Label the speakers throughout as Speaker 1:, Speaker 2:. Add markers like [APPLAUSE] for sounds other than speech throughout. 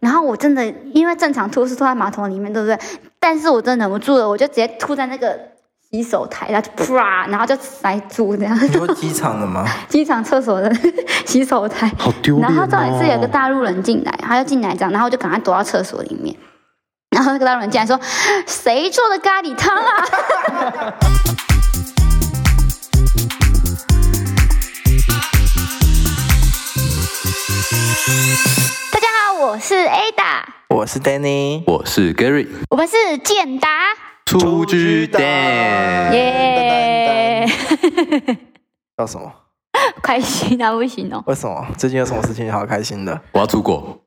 Speaker 1: 然后我真的因为正常吐是吐在马桶里面，对不对？但是我真的忍不住了，我就直接吐在那个洗手台，然后就啪，然后就塞住这样。 [LAUGHS]
Speaker 2: 你说机场的吗？
Speaker 1: 机场厕所的 [LAUGHS] 洗手台，
Speaker 3: 好丢脸、哦。
Speaker 1: 然后重点是有个大陆人进来，他就进来这样，然后我就赶快躲到厕所里面。然后那个大陆人进来说：“谁做的咖喱汤啊？” [LAUGHS] 大家好，我是 Ada，
Speaker 2: 我是 Danny，
Speaker 3: 我是 Gary，
Speaker 1: 我们是健达，
Speaker 3: 出
Speaker 2: 之
Speaker 3: 之
Speaker 2: 蛋
Speaker 3: 蛋。
Speaker 1: 耶、
Speaker 2: 叫什么？
Speaker 1: 开心到不行哦
Speaker 2: 为什么？最近有什么事情好开心的？
Speaker 3: 我要出国，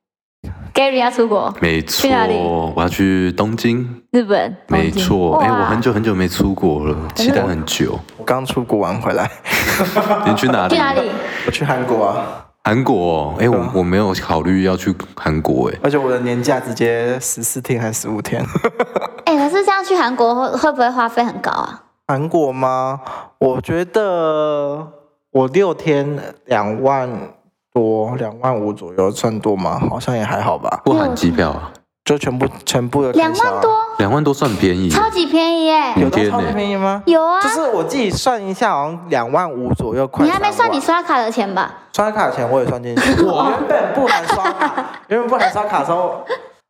Speaker 1: ！Gary 要出国，
Speaker 3: 没错
Speaker 1: 去哪里，
Speaker 3: 我要去东京，
Speaker 1: 日本，
Speaker 3: 没错。
Speaker 1: 东
Speaker 3: 哎、
Speaker 1: 京
Speaker 3: 我很久很久没出国了，期待很久。
Speaker 2: 我刚出国玩回来，
Speaker 3: 你去哪
Speaker 1: 哇
Speaker 3: 里？
Speaker 1: 去哪里？
Speaker 2: 我去韩国啊，
Speaker 3: 韩国、哦。哎、我我没有考虑要去韩国、哎，
Speaker 2: 而且我的年假直接十四天还是十五天。
Speaker 1: 哎、可是这样去韩国会会不会花费很高啊？
Speaker 2: 韩国吗？我觉得我六天两万多，两万五左右算多吗？好像也还好吧，
Speaker 3: 不含机票
Speaker 1: 嗯
Speaker 3: 啊，
Speaker 2: 就全部全部的
Speaker 1: 两
Speaker 2: 开销啊
Speaker 1: 万，多，
Speaker 3: 两万多算便宜。
Speaker 1: 超级便宜耶！
Speaker 2: 有
Speaker 3: 五
Speaker 2: 到
Speaker 3: 天
Speaker 2: 超
Speaker 3: 呢、
Speaker 2: 便宜吗？
Speaker 1: 有啊
Speaker 2: 就，是我自己算一下，好像两万五左右，快
Speaker 1: 你还没
Speaker 2: 三
Speaker 1: 算
Speaker 2: 万
Speaker 1: 你刷卡的钱吧？
Speaker 2: 刷卡钱我也算进去。 [LAUGHS] 我原本不含刷 [LAUGHS] 卡，原本不含刷卡的时候，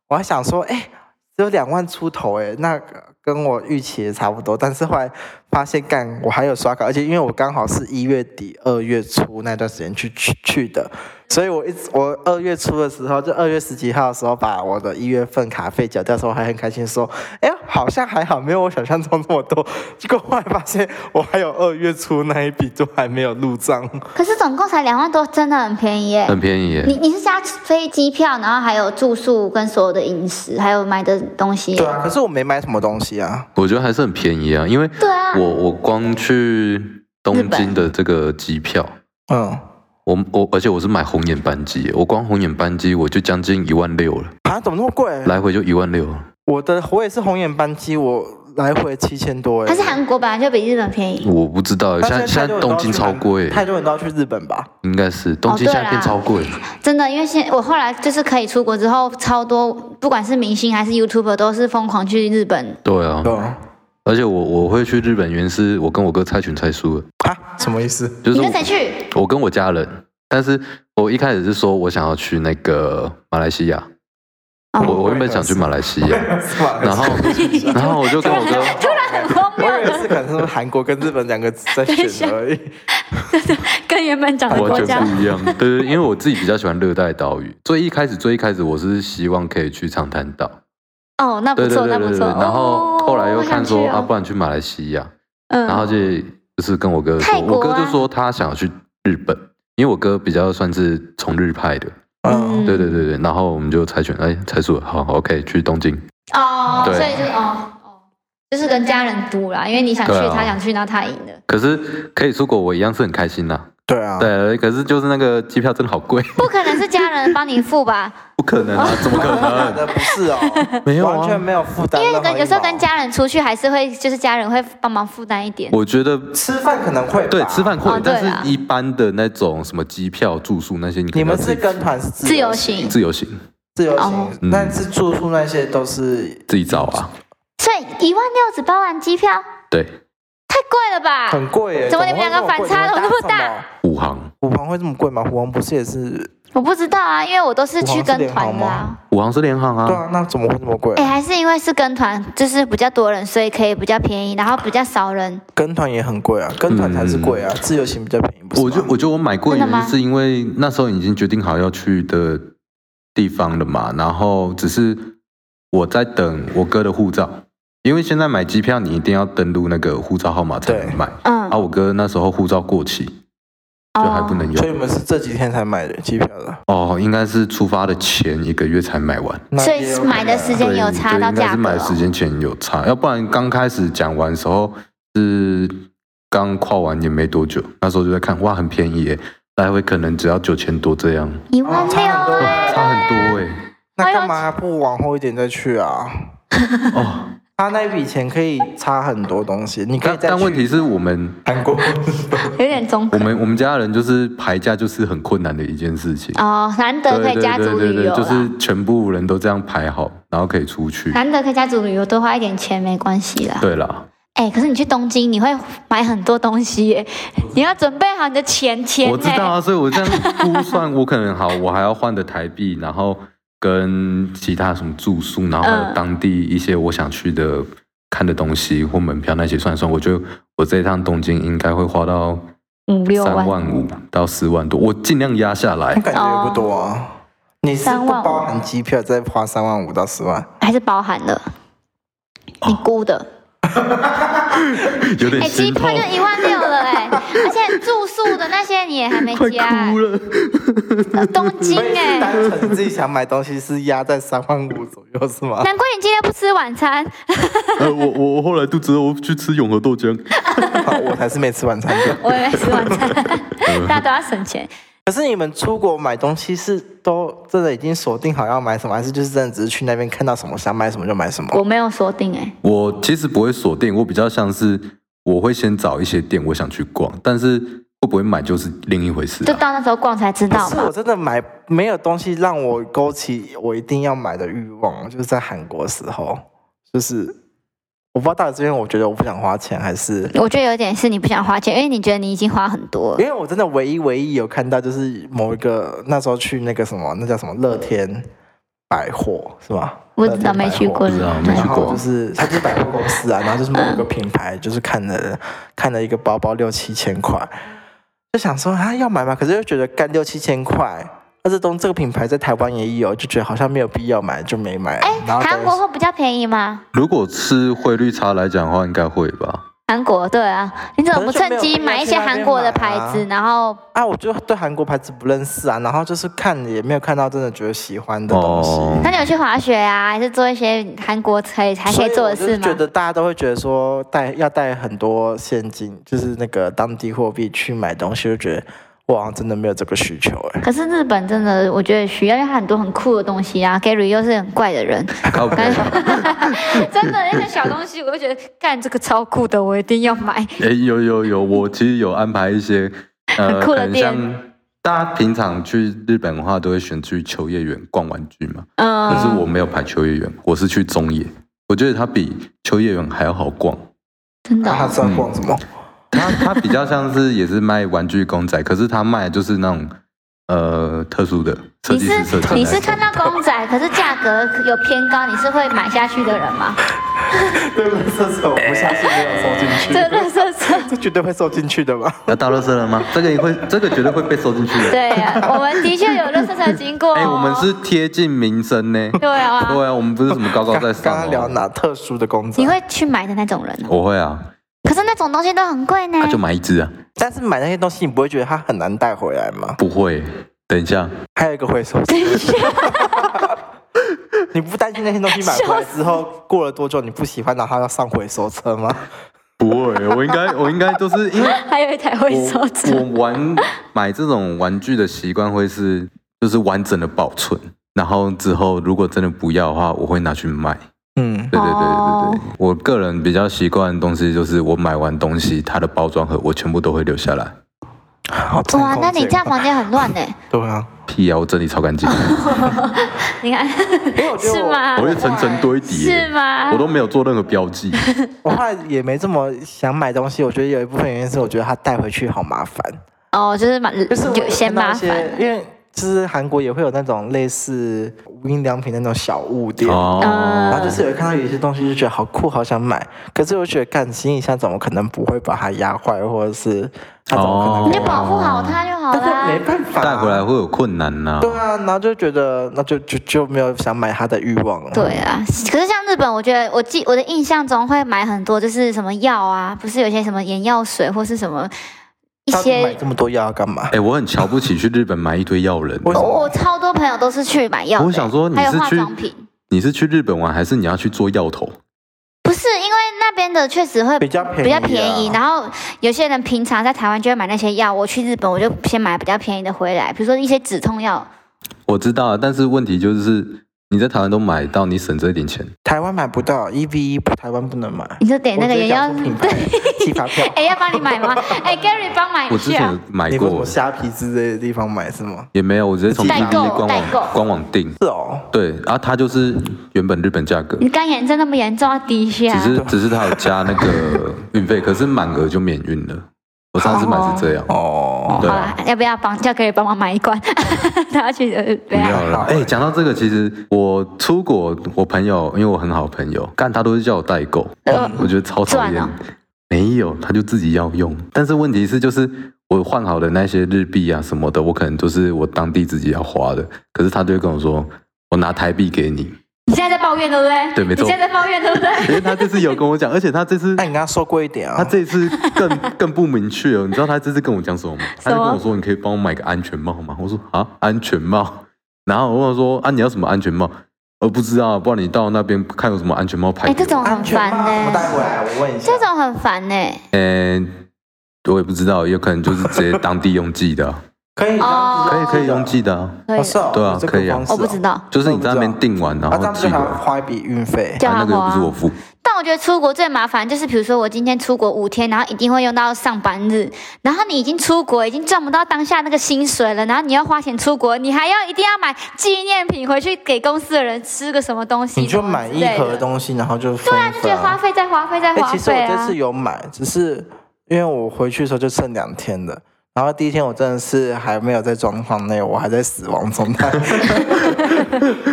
Speaker 2: 我还想说，哎、只有两万出头、哎，那个跟我预期也差不多。但是后来发现，干，我还有刷卡，而且因为我刚好是一月底二月初那段时间去去去的，所以我一直我二月初的时候，就二月十几号的时候，把我的一月份卡费缴掉的时候，还很开心说，哎、好像还好，没有我想象中那么多。结果后来发现，我还有二月初那一笔都还没有入账。
Speaker 1: 可是总共才两万多，真的很便宜耶！
Speaker 3: 很便宜、哎
Speaker 1: 你你是加飞机票，然后还有住宿跟所有的饮食，还有买的东西耶。
Speaker 2: 对啊，可是我没买什么东西啊。
Speaker 3: 我觉得还是很便宜啊，因为
Speaker 1: 对啊
Speaker 3: 我我光去
Speaker 1: 日
Speaker 3: 东
Speaker 1: 本
Speaker 3: 京的这个机票，
Speaker 2: 嗯，
Speaker 3: 我我而且我是买红眼班机耶，我光红眼班机我就将近一万六了，
Speaker 2: 啊，怎么那么贵？
Speaker 3: 来回就一万六。
Speaker 2: 我的我也是红眼班机，我来回七千多哎。
Speaker 1: 还是韩国本来就比日本便宜，
Speaker 3: 我不知道耶，现在
Speaker 2: 但
Speaker 3: 现在东京超贵
Speaker 2: 太
Speaker 3: 耶，
Speaker 2: 多人都要去日本吧？
Speaker 3: 应该是东京
Speaker 1: 哦对
Speaker 3: 现
Speaker 1: 啦
Speaker 3: 在变超贵。
Speaker 1: 真的，因为现我后来就是可以出国之后，超多不管是明星还是 YouTuber 都是疯狂去日本。
Speaker 3: 对啊，
Speaker 2: 对
Speaker 3: 而且我我会去日本，原因是我跟我哥猜拳猜输了，
Speaker 2: 啊，什么意思？ [LAUGHS]
Speaker 3: 就是
Speaker 1: 你
Speaker 3: 我
Speaker 1: 跟谁去？
Speaker 3: 我跟我家人，但是我一开始是说我想要去那个马来西亚，
Speaker 1: 哦
Speaker 3: 我我原本想去马来西
Speaker 1: [LAUGHS]
Speaker 3: 亚，然后然后我就跟我哥。
Speaker 1: 突然很荒
Speaker 2: 我以
Speaker 1: 谬
Speaker 2: 为
Speaker 1: 的，
Speaker 2: 是可能是韩国跟日本两个在选而 [LAUGHS] 已。
Speaker 1: 跟原本讲的国
Speaker 3: 完
Speaker 1: 家
Speaker 3: 全不一样。对，因为我自己比较喜欢热带岛屿。最一开始，最一开始我是希望可以去长滩岛，
Speaker 1: 哦，那 [LAUGHS] 不
Speaker 3: 对对
Speaker 1: 错，
Speaker 3: 对
Speaker 1: 那
Speaker 3: 对
Speaker 1: 不
Speaker 3: 对。
Speaker 1: 错。
Speaker 3: 然后
Speaker 1: 哦
Speaker 3: 后来又看
Speaker 1: 我想
Speaker 3: 说
Speaker 1: 去哦
Speaker 3: 啊，不然去马来西亚，
Speaker 1: 嗯，
Speaker 3: 然后就就是跟我哥说，
Speaker 1: 泰国啊
Speaker 3: 我哥就说他想要去日本，因为我哥比较算是从日派的，
Speaker 1: 嗯
Speaker 3: 对对对对。然后我们就猜拳，哎，猜出了，好，OK，去东京。
Speaker 1: 哦，
Speaker 3: 对
Speaker 1: 所以就是哦哦，就是跟家人赌啦，因为你想去
Speaker 3: 对，啊
Speaker 1: 他想去，然后他赢了。
Speaker 3: 可是可以出国，我一样是很开心啦。
Speaker 2: 对啊，
Speaker 3: 对，可是就是那个机票真的
Speaker 1: [LAUGHS]
Speaker 3: 好贵，
Speaker 1: 不可能是家人帮你付
Speaker 2: [LAUGHS]
Speaker 1: 吧？
Speaker 3: 不可能啊，
Speaker 1: 哦
Speaker 3: 怎么可
Speaker 2: 真
Speaker 3: 能？
Speaker 2: 的不是哦，
Speaker 3: 没有啊
Speaker 2: 完全没有负担。
Speaker 1: 因为
Speaker 2: 任何一
Speaker 1: 跟
Speaker 2: 毛
Speaker 1: 有时候跟家人出去，还是会就是家人会帮忙负担一点。
Speaker 3: 我觉得
Speaker 2: 吃饭可能会吧
Speaker 3: 对，吃饭会，
Speaker 1: 哦对
Speaker 3: 但
Speaker 1: 啊
Speaker 3: 是一般的那种什么机票、住宿那些，你可
Speaker 2: 你
Speaker 3: 能要
Speaker 2: 们
Speaker 3: 自
Speaker 2: 是
Speaker 3: 己
Speaker 2: 跟团是
Speaker 1: 自
Speaker 2: 自
Speaker 1: 由
Speaker 2: 由
Speaker 1: 行，
Speaker 3: 自由行，
Speaker 2: 自由
Speaker 1: 哦
Speaker 3: 嗯
Speaker 2: 行，但是住宿那些都是
Speaker 3: 自己找啊。
Speaker 1: 所以一万六只包含机票，
Speaker 3: 对，
Speaker 1: 太贵了吧？
Speaker 2: 很贵耶。
Speaker 1: 啊怎么你们两个
Speaker 2: 会这么贵
Speaker 1: 反差
Speaker 2: 你们
Speaker 1: 怎么那么
Speaker 2: 搭什
Speaker 1: 大
Speaker 3: 虎航，
Speaker 2: 虎航会这么贵吗？虎航不是也是？
Speaker 1: 我不知道啊，因为我都是去跟团的啊。
Speaker 3: 虎航是联航
Speaker 2: 对
Speaker 3: 啊。
Speaker 2: 啊，那怎么会这么贵
Speaker 1: 哎、？还是因为是跟团，就是比较多人，所以可以比较便宜，然后比较少人。
Speaker 2: 跟团也很贵啊，跟团才是贵啊，自由行比较便宜，不是吗
Speaker 3: 嗯我就我觉得我买贵，
Speaker 1: 真的
Speaker 3: 原
Speaker 1: 吗
Speaker 3: 因是因为那时候已经决定好要去的地方了嘛，然后只是我在等我哥的护照，因为现在买机票你一定要登录那个护照号码才能买，
Speaker 1: 嗯，
Speaker 3: 啊，我哥那时候护照过期，就还不
Speaker 1: 哦。
Speaker 3: 能
Speaker 2: 所以
Speaker 3: 用。
Speaker 2: 我们是这几天才买的机票的，
Speaker 3: 哦，应该是出发的前一个月才买完。
Speaker 2: 那
Speaker 1: 所
Speaker 2: 也
Speaker 1: 以
Speaker 2: 有
Speaker 1: 买的时
Speaker 2: 可
Speaker 1: 间
Speaker 2: 能啊
Speaker 3: 对
Speaker 1: 有差到
Speaker 3: 对应该
Speaker 1: 价
Speaker 3: 是
Speaker 1: 格、
Speaker 3: 买时
Speaker 1: 哦。
Speaker 3: 间前有差，要不然刚开始讲完的时候是刚跨完年没多久，那时候就在看，哇，很便宜耶，来回可能只要九千多这样，
Speaker 1: 一万六
Speaker 2: 差很多欸
Speaker 1: 啊！
Speaker 3: 哇，差很多哎，
Speaker 2: 那干嘛不往后一点再去啊？
Speaker 3: 哦，
Speaker 2: 他那一笔钱可以擦很多东西，你可以
Speaker 3: 但
Speaker 2: 再
Speaker 3: 但问
Speaker 2: 去
Speaker 3: 题是我们
Speaker 2: 韩
Speaker 3: [LAUGHS]
Speaker 2: 国。
Speaker 1: 有点中
Speaker 3: 我
Speaker 1: 肯
Speaker 3: 们我们家人就是排假就是很困难的一件事情。
Speaker 1: 哦，难得可
Speaker 3: 对
Speaker 1: 以
Speaker 3: 对
Speaker 1: 家
Speaker 3: 对
Speaker 1: 族啊
Speaker 3: 对
Speaker 1: 旅
Speaker 3: 对，
Speaker 1: 游
Speaker 3: 就
Speaker 1: 啦，
Speaker 3: 是全部人都这样排好，然后可以出去。
Speaker 1: 难得可以家族旅游，多花一点钱没关系啦。
Speaker 3: 对啦，
Speaker 1: 哎，可是你去东京，你会买很多东西耶， [LAUGHS] 你要准备好你的钱钱。
Speaker 3: 我知道啊，所以我这样估算，我可能好，我还要换的台币，然后跟其他什么住宿，然后还有
Speaker 1: 嗯
Speaker 3: 当地一些我想去的看的东西或门票那些算一算，我觉得我这一趟东京应该会花到
Speaker 1: 哎五六
Speaker 3: 三
Speaker 1: 万，
Speaker 3: 万五到四万多，我尽量压下
Speaker 1: [LAUGHS]
Speaker 3: 来。
Speaker 2: 感觉也不多、啊。
Speaker 1: 哦
Speaker 2: 你是不
Speaker 1: 3万五
Speaker 2: 包含机票再花三万五到十万？
Speaker 1: 还是包含了？
Speaker 3: 哦
Speaker 1: 你估的？
Speaker 3: 有点
Speaker 1: 哎，机
Speaker 3: 心
Speaker 1: 票
Speaker 3: 痛，
Speaker 1: 就一万六了
Speaker 3: [LAUGHS]
Speaker 1: 哎，而且住宿的那些你也还没
Speaker 3: 快
Speaker 1: 加哎
Speaker 3: 哭，了。
Speaker 1: 呃东京
Speaker 2: 所以是
Speaker 1: 哎，
Speaker 2: 单纯自己想买东西是压在三万五左右是吗？
Speaker 1: 难怪你今天不吃晚餐。
Speaker 3: [LAUGHS]
Speaker 1: [LAUGHS]
Speaker 3: 呃，我我我后来肚子饿，我去吃永和豆浆。
Speaker 2: 哦我才是没吃晚餐的。 [LAUGHS]
Speaker 1: 我也没吃晚
Speaker 3: [LAUGHS]
Speaker 1: 餐，大家都要省钱。
Speaker 2: 可是你们出国买东西是都真的已经锁定好要买什么，还是就是真的只是去那边看到什么想买什么就买什么？
Speaker 1: 我没有锁定哎、
Speaker 3: 我其实不会锁定，我比较像是我会先找一些店我想去逛，但是会不会买就是另一回事、
Speaker 1: 就
Speaker 3: 啊。
Speaker 1: 到那时候逛才知
Speaker 2: 可
Speaker 1: 道
Speaker 2: 是我
Speaker 1: 嘛。
Speaker 2: 真的买没有东西让我勾起我一定要买的欲望，就是在韩国的时候，就是我不知道到底是因为我觉得我不想花钱，还是
Speaker 1: 我觉得有点是你不想花钱，因为你觉得你已经花很多了
Speaker 2: 因为我真的唯一唯一有看到就是某一个那时候去那个什么，那叫什么乐天百货是吧？
Speaker 1: 我知道
Speaker 2: 乐天百
Speaker 1: 没
Speaker 2: 货
Speaker 1: 去过，嗯
Speaker 3: 不知道没
Speaker 1: 对
Speaker 3: 去
Speaker 2: 然
Speaker 3: 过
Speaker 2: 后就是它就是百货公司啊，然后就是某一个品牌，就是看了看了一个包包六七千块，就想说啊要买吗？可是又觉得干六七千块，那这东这个品牌在台湾也有，就觉得好像没有必要买，就没买。
Speaker 1: 哎，
Speaker 2: 然后
Speaker 1: 韩
Speaker 2: 等
Speaker 1: 国会比较便宜吗？
Speaker 3: 如果是汇率差来讲的话，应该会
Speaker 1: [LAUGHS]
Speaker 3: 吧。
Speaker 1: 韩国对啊，你怎么不趁机买一些韩国的牌子，然后
Speaker 2: 啊，我就对韩国牌子不认识啊，然后就是看也没有看到真的觉得喜欢的东西。
Speaker 3: 哦，
Speaker 1: 那你有去滑雪啊，还是做一些韩国可以还可以做的
Speaker 2: 所以我
Speaker 1: 事
Speaker 2: 就是觉
Speaker 1: 吗？
Speaker 2: 得大家都会觉得说带要带很多现金，就是那个当地货币去买东西，就觉得我好像真的没有这个需求哎、
Speaker 1: 可是日本真的，我觉得需要，因为它很多很酷的东西啊。Gary 又是很怪的人，
Speaker 3: 靠北 [LAUGHS]
Speaker 1: 感觉 [LAUGHS] 真的那些小东西，我就觉得干这个超酷的，我一定要买。
Speaker 3: 哎、有有有，我其实有安排一些，呃，
Speaker 1: 很酷
Speaker 3: 可
Speaker 1: 的
Speaker 3: 能
Speaker 1: 店
Speaker 3: 像大家平常去日本的话，都会选去秋叶原逛玩具嘛。
Speaker 1: 嗯，
Speaker 3: 可是我没有排秋叶原，我是去中野，我觉得它比秋叶原还要好逛。
Speaker 1: 真的哦、
Speaker 2: 那啊他知道逛什么？
Speaker 3: 它它比较像是也是卖玩具公仔，可是它卖的就是那种呃特殊的设
Speaker 1: 你
Speaker 3: 计师设计
Speaker 1: 是
Speaker 3: 的
Speaker 1: 你
Speaker 3: 那
Speaker 1: 是
Speaker 3: 种。
Speaker 1: 看到公仔，可是价格有偏高，你是会买下去的人吗？
Speaker 2: 对不起，这我不相信没有收进
Speaker 1: [LAUGHS]
Speaker 2: 去，
Speaker 1: 真的是是，
Speaker 2: 这绝对会收进去的吧？
Speaker 3: 要大乐色了吗？这个也会，这个绝对会被收进去的。
Speaker 1: 对啊，我们的确有乐色车经过、哦。
Speaker 3: 哎、我们是贴近民生呢。
Speaker 1: 对啊
Speaker 3: 对啊，我们不是什么高高
Speaker 2: 刚
Speaker 3: 在
Speaker 2: 刚
Speaker 3: 上、
Speaker 2: 刚聊
Speaker 3: 哦。
Speaker 2: 哪特殊的工作
Speaker 1: 你？会去买的那种人、哦，
Speaker 3: 我会啊，
Speaker 1: 可是那种东西都很贵呢
Speaker 3: 那、。就买一只啊。
Speaker 2: 但是买那些东西，你不会觉得它很难带回来吗？
Speaker 3: 不会，等一下，
Speaker 2: 还有一个回收箱，你不担心那些东西买回来之后过了多久你不喜欢，然后它要上回收车吗？
Speaker 3: 不会，我应该我应该都是
Speaker 1: [LAUGHS]
Speaker 3: 因为
Speaker 1: 还有一台回收
Speaker 3: 我我
Speaker 1: 车，
Speaker 3: 玩买这种玩具的习惯会是就是完整的保存，然后之后如果真的不要的话，我会拿去卖。
Speaker 2: 嗯，
Speaker 3: 对对对对
Speaker 1: 哦
Speaker 3: 对，我个人比较习惯的东西就是我买完东西，它的包装盒我全部都会留下来。
Speaker 2: 好占
Speaker 1: 哇，
Speaker 2: 空
Speaker 1: 那你
Speaker 2: 间
Speaker 1: 这样房间很乱呢。
Speaker 2: 对啊，
Speaker 3: 屁呀、我整理超
Speaker 1: [LAUGHS]
Speaker 3: 干净，
Speaker 1: 你看， [LAUGHS]
Speaker 2: 我觉得
Speaker 1: 是
Speaker 2: 我
Speaker 1: 吗
Speaker 3: 我？会层层堆叠
Speaker 1: 是，吗
Speaker 3: 我？都没有做任何标记。
Speaker 1: [LAUGHS]
Speaker 2: 我后来也没这么想买东西，我觉得有一部分原因是我觉得它带回去好麻烦，
Speaker 1: 哦，就是买，
Speaker 2: 就是我
Speaker 1: 就嫌
Speaker 2: 看到
Speaker 1: 麻
Speaker 2: 一些
Speaker 1: 烦。啊
Speaker 2: 因为就是韩国也会有那种类似无印良品那种小物店。然
Speaker 3: 哦，
Speaker 2: 后就是有看到有一些东西就觉得好酷，好想买，可是我觉得干行李箱怎么可能不会把它压坏，或者是它怎么可能
Speaker 3: 哦
Speaker 1: 你
Speaker 2: 给
Speaker 1: 就
Speaker 2: 我？
Speaker 1: 保护好它就好 [LAUGHS]
Speaker 2: 但是
Speaker 1: 啦
Speaker 2: 没。办法、啊
Speaker 3: 带回来。会有困难呐、
Speaker 2: 对啊，然后就觉得那就就就没有想买它的欲望了。
Speaker 1: 对
Speaker 2: 嗯
Speaker 1: 啊，可是像日本，我觉得我记我的印象中会买很多，就是什么药啊，不是有些什么眼药水或是什么一
Speaker 2: 到底买
Speaker 1: 些。
Speaker 2: 这么多药要干嘛
Speaker 3: 哎、？我很瞧不起去日本买一堆药
Speaker 1: [LAUGHS]
Speaker 3: 人。
Speaker 2: 为什么
Speaker 1: 我我超多朋友都是去买药的，
Speaker 3: 我想说你
Speaker 1: 还有
Speaker 3: 是
Speaker 1: 化
Speaker 3: 去
Speaker 1: 妆品，
Speaker 3: 你是去日本玩，还是你要去做药头？
Speaker 1: 不是因为那边的确实会
Speaker 2: 比较便宜、
Speaker 1: 比较便宜，
Speaker 2: 啊。
Speaker 1: 然后有些人平常在台湾就会买那些药，我去日本我就先买比较便宜的回来，比如说一些止痛药，
Speaker 3: 啊我知道，但是问题就是你在台湾都买到，你省这一点钱。
Speaker 2: 台湾买不到，E V 一台湾不能买。
Speaker 1: 你就点那个
Speaker 2: 我直
Speaker 1: 也
Speaker 2: 接
Speaker 1: 要
Speaker 2: 讲
Speaker 1: [LAUGHS]
Speaker 2: 出品牌
Speaker 1: 对，。
Speaker 2: 寄发票
Speaker 1: 哎、要帮你买
Speaker 2: [LAUGHS]
Speaker 1: 吗？哎、g a r y 帮买
Speaker 3: 我
Speaker 1: 一
Speaker 3: 之前
Speaker 1: 下
Speaker 3: 有。买
Speaker 2: 你为什
Speaker 3: 过
Speaker 2: 么，虾皮之类的地方买是吗？
Speaker 3: 也没有，我直接从
Speaker 1: 代
Speaker 3: PPT
Speaker 1: 购
Speaker 3: 官
Speaker 1: 代购
Speaker 3: 网官网订。
Speaker 2: 是哦，
Speaker 3: 对，然后它就是原本日本价格，
Speaker 1: 你干眼症那么严重，要滴一下
Speaker 3: 只。是只是它有加那个 [LAUGHS] 运费，可是满额就免运了。我上次买是这样，
Speaker 2: 哦，
Speaker 1: 好
Speaker 3: 对
Speaker 1: 啦
Speaker 3: 啊，
Speaker 1: 要不要帮叫 Gary 帮忙买一罐？ [LAUGHS] 他要去呃，不
Speaker 3: 没
Speaker 1: 要。
Speaker 3: 有啦。哎、讲到这个，其实我出国，我朋友因为我很好朋友，干他都是叫我代购，
Speaker 1: 呃
Speaker 3: 我觉得超讨
Speaker 1: 赚
Speaker 3: 厌
Speaker 1: 哦。
Speaker 3: 没有，他就自己要用，但是问题是就是我换好的那些日币啊什么的，我可能都是我当地自己要花的，可是他就会跟我说，我拿台币给你，
Speaker 1: 你现在在抱怨对不对？
Speaker 3: 对没错
Speaker 1: 你现在在抱怨对不对？
Speaker 3: 因为他这次有跟我讲，而且他这次
Speaker 2: 那你跟他说过一点
Speaker 3: 他
Speaker 2: 啊。
Speaker 3: 这次更更不明确哦，你知道他这次跟我讲什么 [LAUGHS] 吗？他就跟我说：“你可以帮我买个安全帽吗？”我说：“啊，安全帽。” [LAUGHS] 然后我问我说：“啊，你要什么安全帽？”我不知道，不然你到那边看有什么安全帽牌。
Speaker 1: 哎，这种
Speaker 2: 安
Speaker 1: 很
Speaker 2: 全
Speaker 1: 烦
Speaker 2: 帽怎么
Speaker 1: 呢、
Speaker 2: 带回来？我问一下
Speaker 1: 这。种很烦欸呢、
Speaker 3: 嗯，我也不知道，有可能就是直接当地用寄的啊，
Speaker 2: 可以这样
Speaker 1: 哦
Speaker 2: 子
Speaker 3: [LAUGHS] 可以可以用寄的啊，
Speaker 1: 可以
Speaker 2: 哦，是
Speaker 1: 的，
Speaker 2: 哦，
Speaker 3: 对啊
Speaker 2: 有这个
Speaker 3: 可以啊
Speaker 2: 方式
Speaker 1: 我
Speaker 2: 哦
Speaker 1: 不知，道，
Speaker 3: 就是你在那边订完然
Speaker 2: 啊，这
Speaker 3: 后
Speaker 2: 样
Speaker 3: 寄
Speaker 2: 就
Speaker 3: 过
Speaker 2: 还要
Speaker 3: 来，
Speaker 2: 花一笔运费。
Speaker 1: 叫
Speaker 3: 啊
Speaker 1: 他
Speaker 3: 那个又
Speaker 1: 花
Speaker 3: 不是我 [LAUGHS] 付。
Speaker 1: 但我觉得出国最麻烦就是，比如说我今天出国五天，然后一定会用到上班日，然后你已经出国，已经赚不到当下那个薪水了，然后你要花钱出国，你还要一定要买纪念品回去给公司的人吃个什么东西，
Speaker 2: 你就买一盒
Speaker 1: 东
Speaker 2: 东西，然后就
Speaker 1: 对
Speaker 2: 分
Speaker 1: 啊，就觉
Speaker 2: 分
Speaker 1: 得花费再花费再
Speaker 2: 哎、
Speaker 1: 花
Speaker 2: 其实我
Speaker 1: 费
Speaker 2: 这
Speaker 1: 啊
Speaker 2: 次。有买，只是因为我回去的时候就剩两天了。然后第一天我真的是还没有在状况内，我还在死亡状态，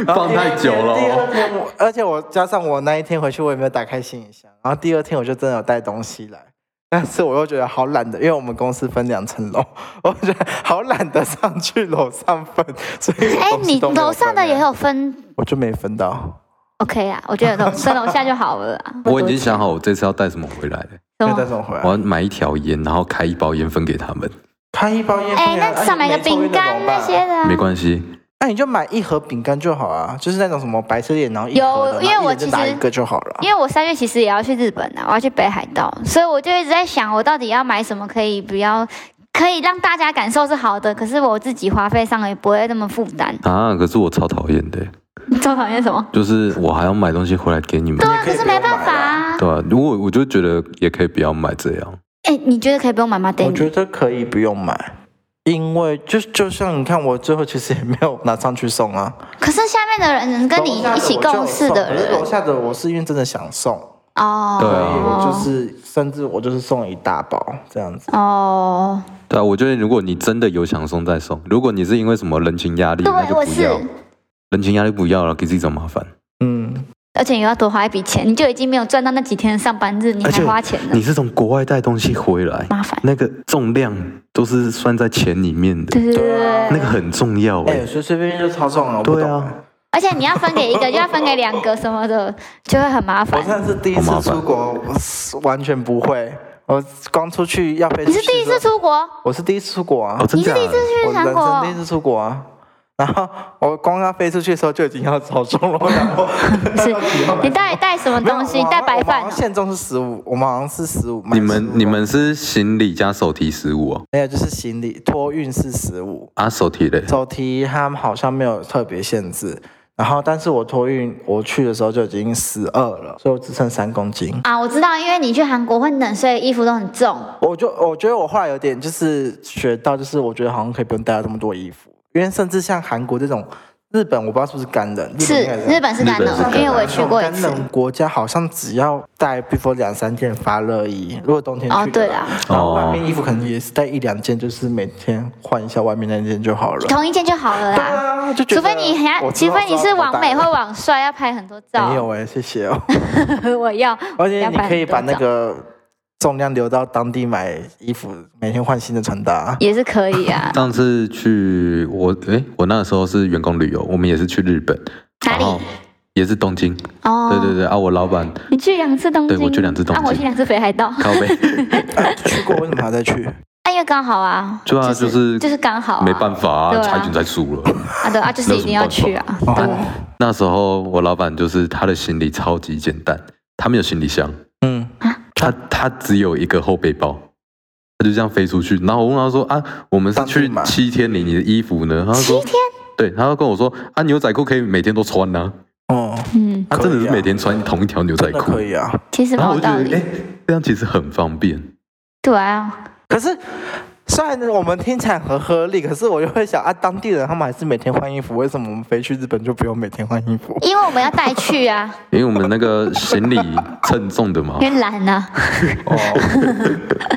Speaker 2: 然后
Speaker 3: 放太久了
Speaker 2: 第
Speaker 3: 哦
Speaker 2: 二天我，而且我加上我那一天回去，我也没有打开行李箱。然后第二天我就真的有带东西来，但是我又觉得好懒的，因为我们公司分两层楼， [LAUGHS] 我觉得好懒得上去楼上分，所以我
Speaker 1: 哎，
Speaker 2: 东西
Speaker 1: 你
Speaker 2: 都没
Speaker 1: 楼上的
Speaker 2: 分啊
Speaker 1: 也
Speaker 2: 来，
Speaker 1: 有分
Speaker 2: 我就没分到，
Speaker 1: ，OK 啊？我觉得楼分楼下就好了啊。
Speaker 3: [LAUGHS] 我已经想好我这次要带什么回来 [LAUGHS] 了，
Speaker 1: 什
Speaker 2: 没
Speaker 1: 么
Speaker 2: 有带什么回来
Speaker 3: 我。要买一条烟，然后开一包烟分给他们，
Speaker 2: 啊开一包烟
Speaker 1: 哎，
Speaker 2: 片啊，
Speaker 1: 那少买
Speaker 2: 你
Speaker 1: 个
Speaker 2: 没抽烟
Speaker 1: 饼
Speaker 2: 的怎
Speaker 1: 干
Speaker 2: 么
Speaker 1: 那
Speaker 2: 办
Speaker 1: 些的啊
Speaker 3: 没。关系。
Speaker 2: 那你就买一盒饼干就好啊，就是那种什么白色的，然后一盒的
Speaker 1: 有因为
Speaker 2: 然后一
Speaker 1: 我
Speaker 2: 人就
Speaker 1: 其
Speaker 2: 拿
Speaker 1: 实
Speaker 2: 一个就好了啊。
Speaker 1: 因为我三月其实也要去日本啊，我要去北海道，所以我就一直在想，我到底要买什么可以不要，可以让大家感受是好的，可是我自己花费上也不会那么负担。 [LAUGHS]
Speaker 3: 啊，可是我超讨厌的，
Speaker 1: 你最讨厌什么？
Speaker 3: 就是我还要买东西回来给你们
Speaker 1: 对。啊，
Speaker 2: 可
Speaker 1: 可
Speaker 2: 以
Speaker 1: 是
Speaker 2: 不
Speaker 1: 没
Speaker 2: 用
Speaker 1: 办法啊。
Speaker 3: 对啊，如果我就觉得也可以不要买这样，
Speaker 1: 哎、你觉得可以不用买吗
Speaker 2: 我
Speaker 1: ？Danny，
Speaker 2: 觉得可以不用买，因为就就像你看，我最后其实也没有拿上去送啊。
Speaker 1: 可是下面的人跟你一起共事的
Speaker 2: 楼下的我就有送可
Speaker 1: 人
Speaker 2: 是楼下的我是因为真的想送，
Speaker 1: 哦，
Speaker 3: 对
Speaker 2: 所以我就
Speaker 1: 哦，
Speaker 2: 是甚至我就是送一大包这样子。
Speaker 1: 哦，
Speaker 3: 对啊，我觉得如果你真的有想送再送，如果你是因为什么人情压力，
Speaker 1: 对
Speaker 3: 那就
Speaker 1: 我
Speaker 3: 不
Speaker 1: 是
Speaker 3: 要，人情压力不要了，给自己找麻烦。
Speaker 2: 嗯，
Speaker 1: 而且你又要多花一笔钱，你就已经没有赚到那几天的上班日，你
Speaker 3: 而且
Speaker 1: 还花钱呢
Speaker 3: 你，是从国外带东西回来，
Speaker 1: 麻烦。
Speaker 3: 那个重量都是算在钱里面的
Speaker 1: 对，对对
Speaker 2: 对啊
Speaker 1: 对
Speaker 3: 那个很重要哎、
Speaker 2: 哎，随随便便就超重了，我不
Speaker 3: 对
Speaker 2: 懂。
Speaker 3: 啊，
Speaker 1: 而且你要分给一个，就要分给两个什么的，就会很麻
Speaker 2: 我
Speaker 1: 烦。
Speaker 2: 真的是第一
Speaker 3: 好
Speaker 2: 次
Speaker 3: 麻烦
Speaker 2: 出国，我是完全不会。我光出去要飞，
Speaker 1: 你是第一次？出国？
Speaker 2: 我是第一次出国啊。
Speaker 3: 哦，真
Speaker 1: 你是
Speaker 3: 假
Speaker 1: 第一次
Speaker 3: 的？
Speaker 1: 去
Speaker 2: 我
Speaker 1: 韩
Speaker 2: 人生
Speaker 1: 国
Speaker 2: 第一？次出国啊，然后我光要飞出去的时候就已经要超重了，然后
Speaker 1: [LAUGHS]
Speaker 2: [LAUGHS]
Speaker 1: 是，你到底带什么东西？
Speaker 2: 没有
Speaker 1: 你
Speaker 2: 我好像
Speaker 1: 带白
Speaker 2: 我
Speaker 1: 饭
Speaker 2: 好
Speaker 1: 哦
Speaker 2: 像？限重是十五，我们好像是十五。
Speaker 3: 你
Speaker 2: 买15
Speaker 3: 们
Speaker 2: 吧
Speaker 3: 你们是行李加手提食物哦，
Speaker 2: 没有，就是行李托运是十五，
Speaker 3: 啊手提嘞，
Speaker 2: 手提他们好像没有特别限制。然后，但是我托运我去的时候就已经十二了，所以我只剩三公斤。
Speaker 1: 啊，我知道，因为你去韩国会冷，所以衣服都很重。
Speaker 2: 我就我觉得我后来有点就是学到，就是我觉得好像可以不用带到这么多衣服，因为甚至像韩国这种，日本我不知道是不是干冷，日本
Speaker 1: 是
Speaker 2: 应该也
Speaker 1: 日本是
Speaker 3: 日
Speaker 1: 干
Speaker 3: 本
Speaker 1: 冷
Speaker 3: 是，
Speaker 1: 因为
Speaker 3: 干
Speaker 1: 我也
Speaker 3: 冷
Speaker 1: 去过一
Speaker 2: 干
Speaker 1: 次。
Speaker 2: 冷国家好像只要带，比如说两三件发热衣，如果冬天去
Speaker 1: 哦，对
Speaker 2: 的
Speaker 1: 啦
Speaker 2: 话，，然后
Speaker 3: 哦。
Speaker 2: 外面衣服可能也是带一两件，就是每天换一下外面那件就好了。
Speaker 1: 同一件就好了
Speaker 2: 对
Speaker 1: 啦。
Speaker 2: 啊，就觉
Speaker 1: 除
Speaker 2: 得
Speaker 1: 非你还，
Speaker 2: 我知
Speaker 1: 除
Speaker 2: 道
Speaker 1: 非你
Speaker 2: 知
Speaker 1: 是
Speaker 2: 道我
Speaker 1: 网美
Speaker 2: 带
Speaker 1: 或网帅，要拍很多
Speaker 2: 没
Speaker 1: 照。
Speaker 2: 有哎，谢
Speaker 1: [LAUGHS]
Speaker 2: 谢哦。
Speaker 1: 我要，
Speaker 2: 而且
Speaker 1: 要
Speaker 2: 你
Speaker 1: 拍
Speaker 2: 可以
Speaker 1: 很多
Speaker 2: 把那
Speaker 1: 照
Speaker 2: 个重量留到当地买衣服，每天换新的穿搭。
Speaker 1: [LAUGHS] 也是可以啊
Speaker 3: 上次去我诶、我那时候是员工旅游，我们也是去日本，
Speaker 1: 哪里
Speaker 3: 然后也是东京，
Speaker 1: 哦，
Speaker 3: 对对对啊，我老板
Speaker 1: 你去两次东
Speaker 3: 对
Speaker 1: 京，
Speaker 3: 我去两次东
Speaker 1: 啊，我
Speaker 3: 京
Speaker 1: 去两次北海道。
Speaker 3: 靠
Speaker 1: [LAUGHS]
Speaker 3: 背，
Speaker 2: 去过为什么还在去？
Speaker 1: 啊，因为刚好啊，
Speaker 3: 对啊就是
Speaker 1: 就是刚好啊，
Speaker 3: 没办法
Speaker 1: 对啊
Speaker 3: 啊，差点在输了。
Speaker 1: 啊，对啊，就是一定要去啊，对
Speaker 2: 哦，
Speaker 3: 那时候我老板就是他的行李超级简单，他没有行李箱，
Speaker 2: 嗯，
Speaker 3: 他他只有一个后背包，他就这样飞出去。然后我问他说啊，我们是
Speaker 2: 当地
Speaker 3: 去
Speaker 2: 买
Speaker 3: 七天里，你的衣服呢？他
Speaker 1: 七
Speaker 3: 说
Speaker 1: 天
Speaker 3: 对，他就跟我说啊，牛仔裤可以每天都穿呐、
Speaker 2: 哦，
Speaker 1: 嗯，
Speaker 3: 他真的是每天穿
Speaker 2: 可以啊
Speaker 3: 同一条牛仔
Speaker 2: 真的
Speaker 3: 裤
Speaker 2: 可，以啊。
Speaker 1: 其实
Speaker 3: 然
Speaker 1: 蛮
Speaker 3: 后我
Speaker 1: 有
Speaker 3: 就觉
Speaker 1: 道
Speaker 3: 得
Speaker 1: 理。
Speaker 3: 哎、这样其实很方便。
Speaker 1: 对啊，
Speaker 2: 可是虽然我们听起来很合理，可是我就会想啊，当地人他们还是每天换衣服，为什么我们飞去日本就不用每天换衣服？
Speaker 1: 因为我们要带去啊，
Speaker 3: 因为我们那个行李称重的嘛，
Speaker 1: 因为懒啊， [LAUGHS]
Speaker 2: 哦，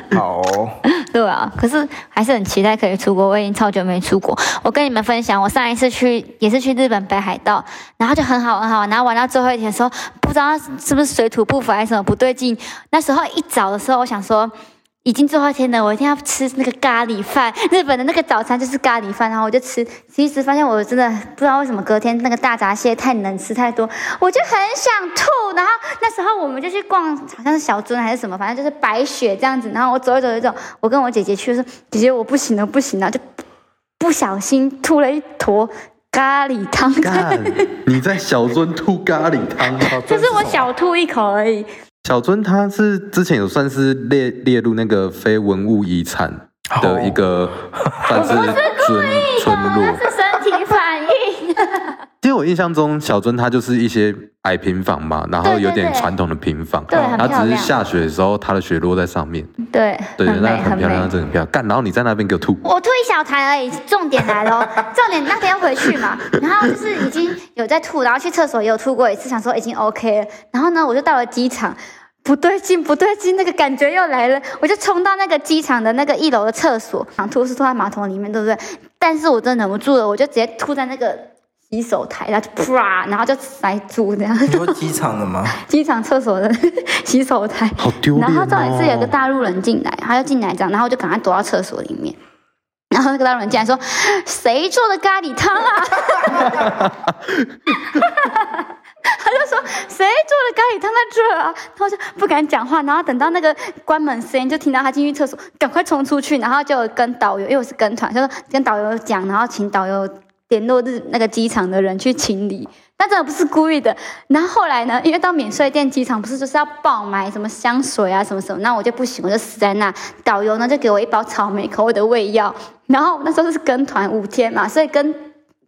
Speaker 2: [LAUGHS] 好哦，
Speaker 1: 对啊。可是还是很期待可以出国，我已经超久没出国。我跟你们分享，我上一次去也是去日本北海道，然后就很好很好玩，然后玩到最后一天的时候，不知道是不是水土不服还是什么不对劲。那时候一早的时候，我想说。已经最后一天了，我一定要吃那个咖喱饭。日本的那个早餐就是咖喱饭，然后我就吃，其实发现我真的不知道为什么隔天那个大闸蟹太能吃太多， [LAUGHS] 我就很想吐。然后那时候我们就去逛，好像是小樽还是什么，反正就是白雪这样子。然后我走一走一走，我跟我姐姐去，我说姐姐我不行了，不行了，就不小心吐了一坨咖喱汤。
Speaker 3: [LAUGHS]
Speaker 1: [LAUGHS]
Speaker 3: 干，你在小樽吐咖喱汤。
Speaker 1: 这是我小吐一口而 [LAUGHS] 已，
Speaker 3: 小樽它是之前有算是列列入那个非文物遗产的一个 [LAUGHS] 算是村村落。
Speaker 1: 是身体反应。
Speaker 3: 其实我印象中，小樽它就是一些矮平房嘛，然后
Speaker 1: 对对
Speaker 3: 有点
Speaker 1: 对
Speaker 3: 传统的平房，
Speaker 1: 对很
Speaker 3: 然后只是
Speaker 1: 漂亮
Speaker 3: 下雪的时候，它的雪落在上面，
Speaker 1: 对，
Speaker 3: 对，
Speaker 1: 很
Speaker 3: 那
Speaker 1: 美
Speaker 3: 很漂
Speaker 1: 美
Speaker 3: 亮，真的很漂亮。干，然后你在那边给我吐，
Speaker 1: 我吐一小痰而已，重点来了哦， [LAUGHS] 重点那天回去嘛，然后就是已经有在吐，然后去厕所也有吐过一次，想说已经 OK 了。然后呢，我就到了机场，不对劲，不对劲，那个感觉又来了，我就冲到那个机场的那个一楼的厕所，想吐是吐在马桶里面，对不对？但是我真的忍不住了，我就直接吐在那个洗手台，然后就啪，然后就塞住这样，
Speaker 2: 你说机场的吗？
Speaker 1: 机场厕所的 [LAUGHS] 洗手台。
Speaker 3: 好丢脸
Speaker 1: 然后
Speaker 3: 哦。
Speaker 1: 重点是有个大陆人进来，他就进来这样，然后我就赶快躲到厕所里面。然后那个大陆人进来说：“谁做的咖喱汤啊？”他就说：“谁做的咖喱汤在这啊？”然后我就不敢讲话。然后等到那个关门时间，就听到他进去厕所，赶快冲出去，然后就跟导游，因为我是跟团，就说跟导游讲，然后请导游联络日那个机场的人去清理。但真的不是故意的。然后后来呢，因为到免税店机场不是就是要爆买什么香水啊什么什么，那我就不行，我就死在那。导游呢就给我一包草莓口味的胃药，然后那时候是跟团五天嘛，所以跟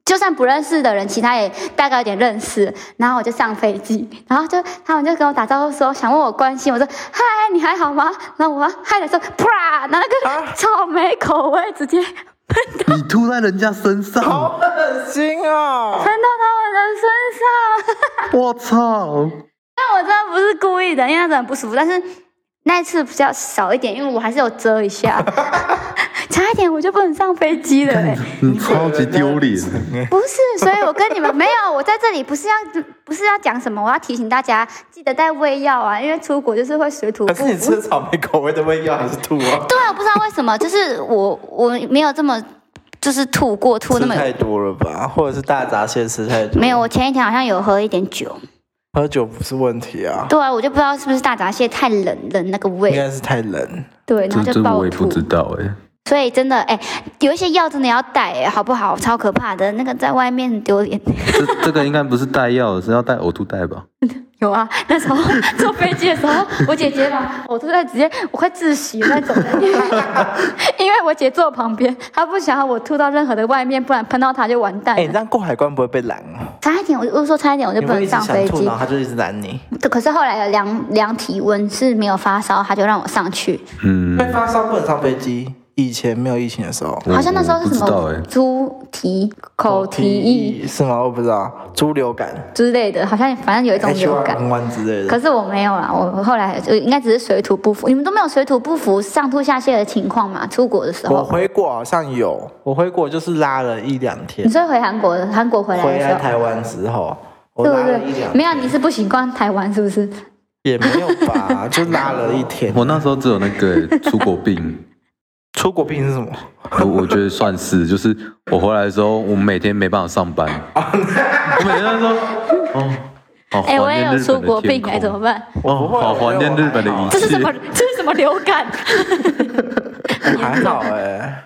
Speaker 1: 就算不认识的人，其他也大概有点认识。然后我就上飞机，然后就他们就跟我打招呼说想问我关心，我说嗨你还好吗？然后我说嗨的时候，啪，拿那个草莓口味直接喷
Speaker 3: 你吐在人家身上，
Speaker 2: 好恶心哦！
Speaker 1: 喷到他们的身上。
Speaker 3: 我操！
Speaker 1: 但我真的不是故意的，因为那真的很不舒服。但是那一次比较少一点，因为我还是有遮一下， [LAUGHS] 差一点我就不能上飞机了、欸。
Speaker 3: 你嗯超级丢脸，
Speaker 1: 不是，所以我跟你们没有，我在这里不是要 [LAUGHS] 不是要讲什么，我要提醒大家记得带胃药啊，因为出国就是会水土不
Speaker 2: 可是
Speaker 1: 服
Speaker 2: 你。吃草莓口味的味药还是吐啊？
Speaker 1: 对啊，我不知道为什么，就是我我没有这么就是吐过吐那
Speaker 2: 吃
Speaker 1: 么。
Speaker 2: 太多了吧，或者是大闸蟹吃太多？
Speaker 1: 没有，我前一天好像有喝一点酒。
Speaker 2: 喝酒不是问题啊，
Speaker 1: 对啊，我就不知道是不是大闸蟹太冷冷那个
Speaker 2: 应
Speaker 1: 味，
Speaker 2: 该是太冷。
Speaker 1: 对，然
Speaker 3: [LAUGHS] 这
Speaker 1: 后
Speaker 3: 这
Speaker 1: 就
Speaker 3: 我
Speaker 1: 爆
Speaker 3: 也不
Speaker 1: 吐。
Speaker 3: 知道哎、
Speaker 1: 所以真的，哎、有一些药真的要带、哎好不好？超可怕的，那个在外面很丢脸。
Speaker 3: 这这个应该不是带药，是要带呕吐袋吧？
Speaker 1: 有啊，那时候坐飞机的时候，我姐姐嘛，我都在直接，我快窒息那种，因为因为我姐坐我旁边，她不想要我吐到任何的外面，不然喷到她就完蛋
Speaker 2: 哎，你
Speaker 1: 了。
Speaker 2: 这样过海关不会被拦哦？
Speaker 1: 差一点，我就说差一点我就
Speaker 2: 你
Speaker 1: 不
Speaker 2: 会
Speaker 1: 能
Speaker 2: 一直
Speaker 1: 上
Speaker 2: 想
Speaker 1: 飞
Speaker 2: 吐，
Speaker 1: 机
Speaker 2: 然。后他就一直拦你。
Speaker 1: 对可是后来有量量体温是没有发烧，她就让我上去。
Speaker 3: 嗯，
Speaker 2: 会发烧不能上飞机，以前没有疫情的时候。哦
Speaker 3: 我
Speaker 1: 好像那时候是什
Speaker 3: 我不知道
Speaker 1: 么
Speaker 3: 哎
Speaker 1: 猪蹄口蹄疫
Speaker 2: 是吗？我不知道，猪流感、
Speaker 1: 之类的，好像反正有一种流感。
Speaker 2: H1N1 之类的
Speaker 1: 可。是我没有啦，我后来就应该只是水土不服。你们都没有水土不服、上吐下泻的情况嘛？出国的时
Speaker 2: 我
Speaker 1: 候，
Speaker 2: 回国好像有，我回国就是拉了一两天
Speaker 1: 你，说回韩国的，韩国回来
Speaker 2: 回
Speaker 1: 的时
Speaker 2: 来
Speaker 1: 候，
Speaker 2: 台湾之后，我
Speaker 1: 对
Speaker 2: 拉
Speaker 1: 不
Speaker 2: 了
Speaker 1: 对？
Speaker 2: 一两天，
Speaker 1: 没有，啊你是不习惯台湾是不是？
Speaker 2: 也没有吧， [LAUGHS] 就拉了一天。
Speaker 3: 我那时候只有那
Speaker 1: [LAUGHS]
Speaker 3: 个欸出国病，
Speaker 2: 出国病是什么？
Speaker 3: 我我觉得算是，就是我回来的时候，我每天没办法上班，我每天都说，哦，好怀
Speaker 1: [LAUGHS] 哎、
Speaker 3: 念
Speaker 1: 我也有
Speaker 3: 日
Speaker 1: 出
Speaker 3: 本的
Speaker 1: 国病
Speaker 3: 天
Speaker 1: 哎，怎么
Speaker 3: 空，
Speaker 1: 办？
Speaker 3: 哦，好怀念日本的一
Speaker 1: 这
Speaker 3: 切。
Speaker 1: 是什
Speaker 2: [LAUGHS]
Speaker 1: 么？这是什么流感？
Speaker 2: 我还好
Speaker 1: [LAUGHS]
Speaker 2: 哎、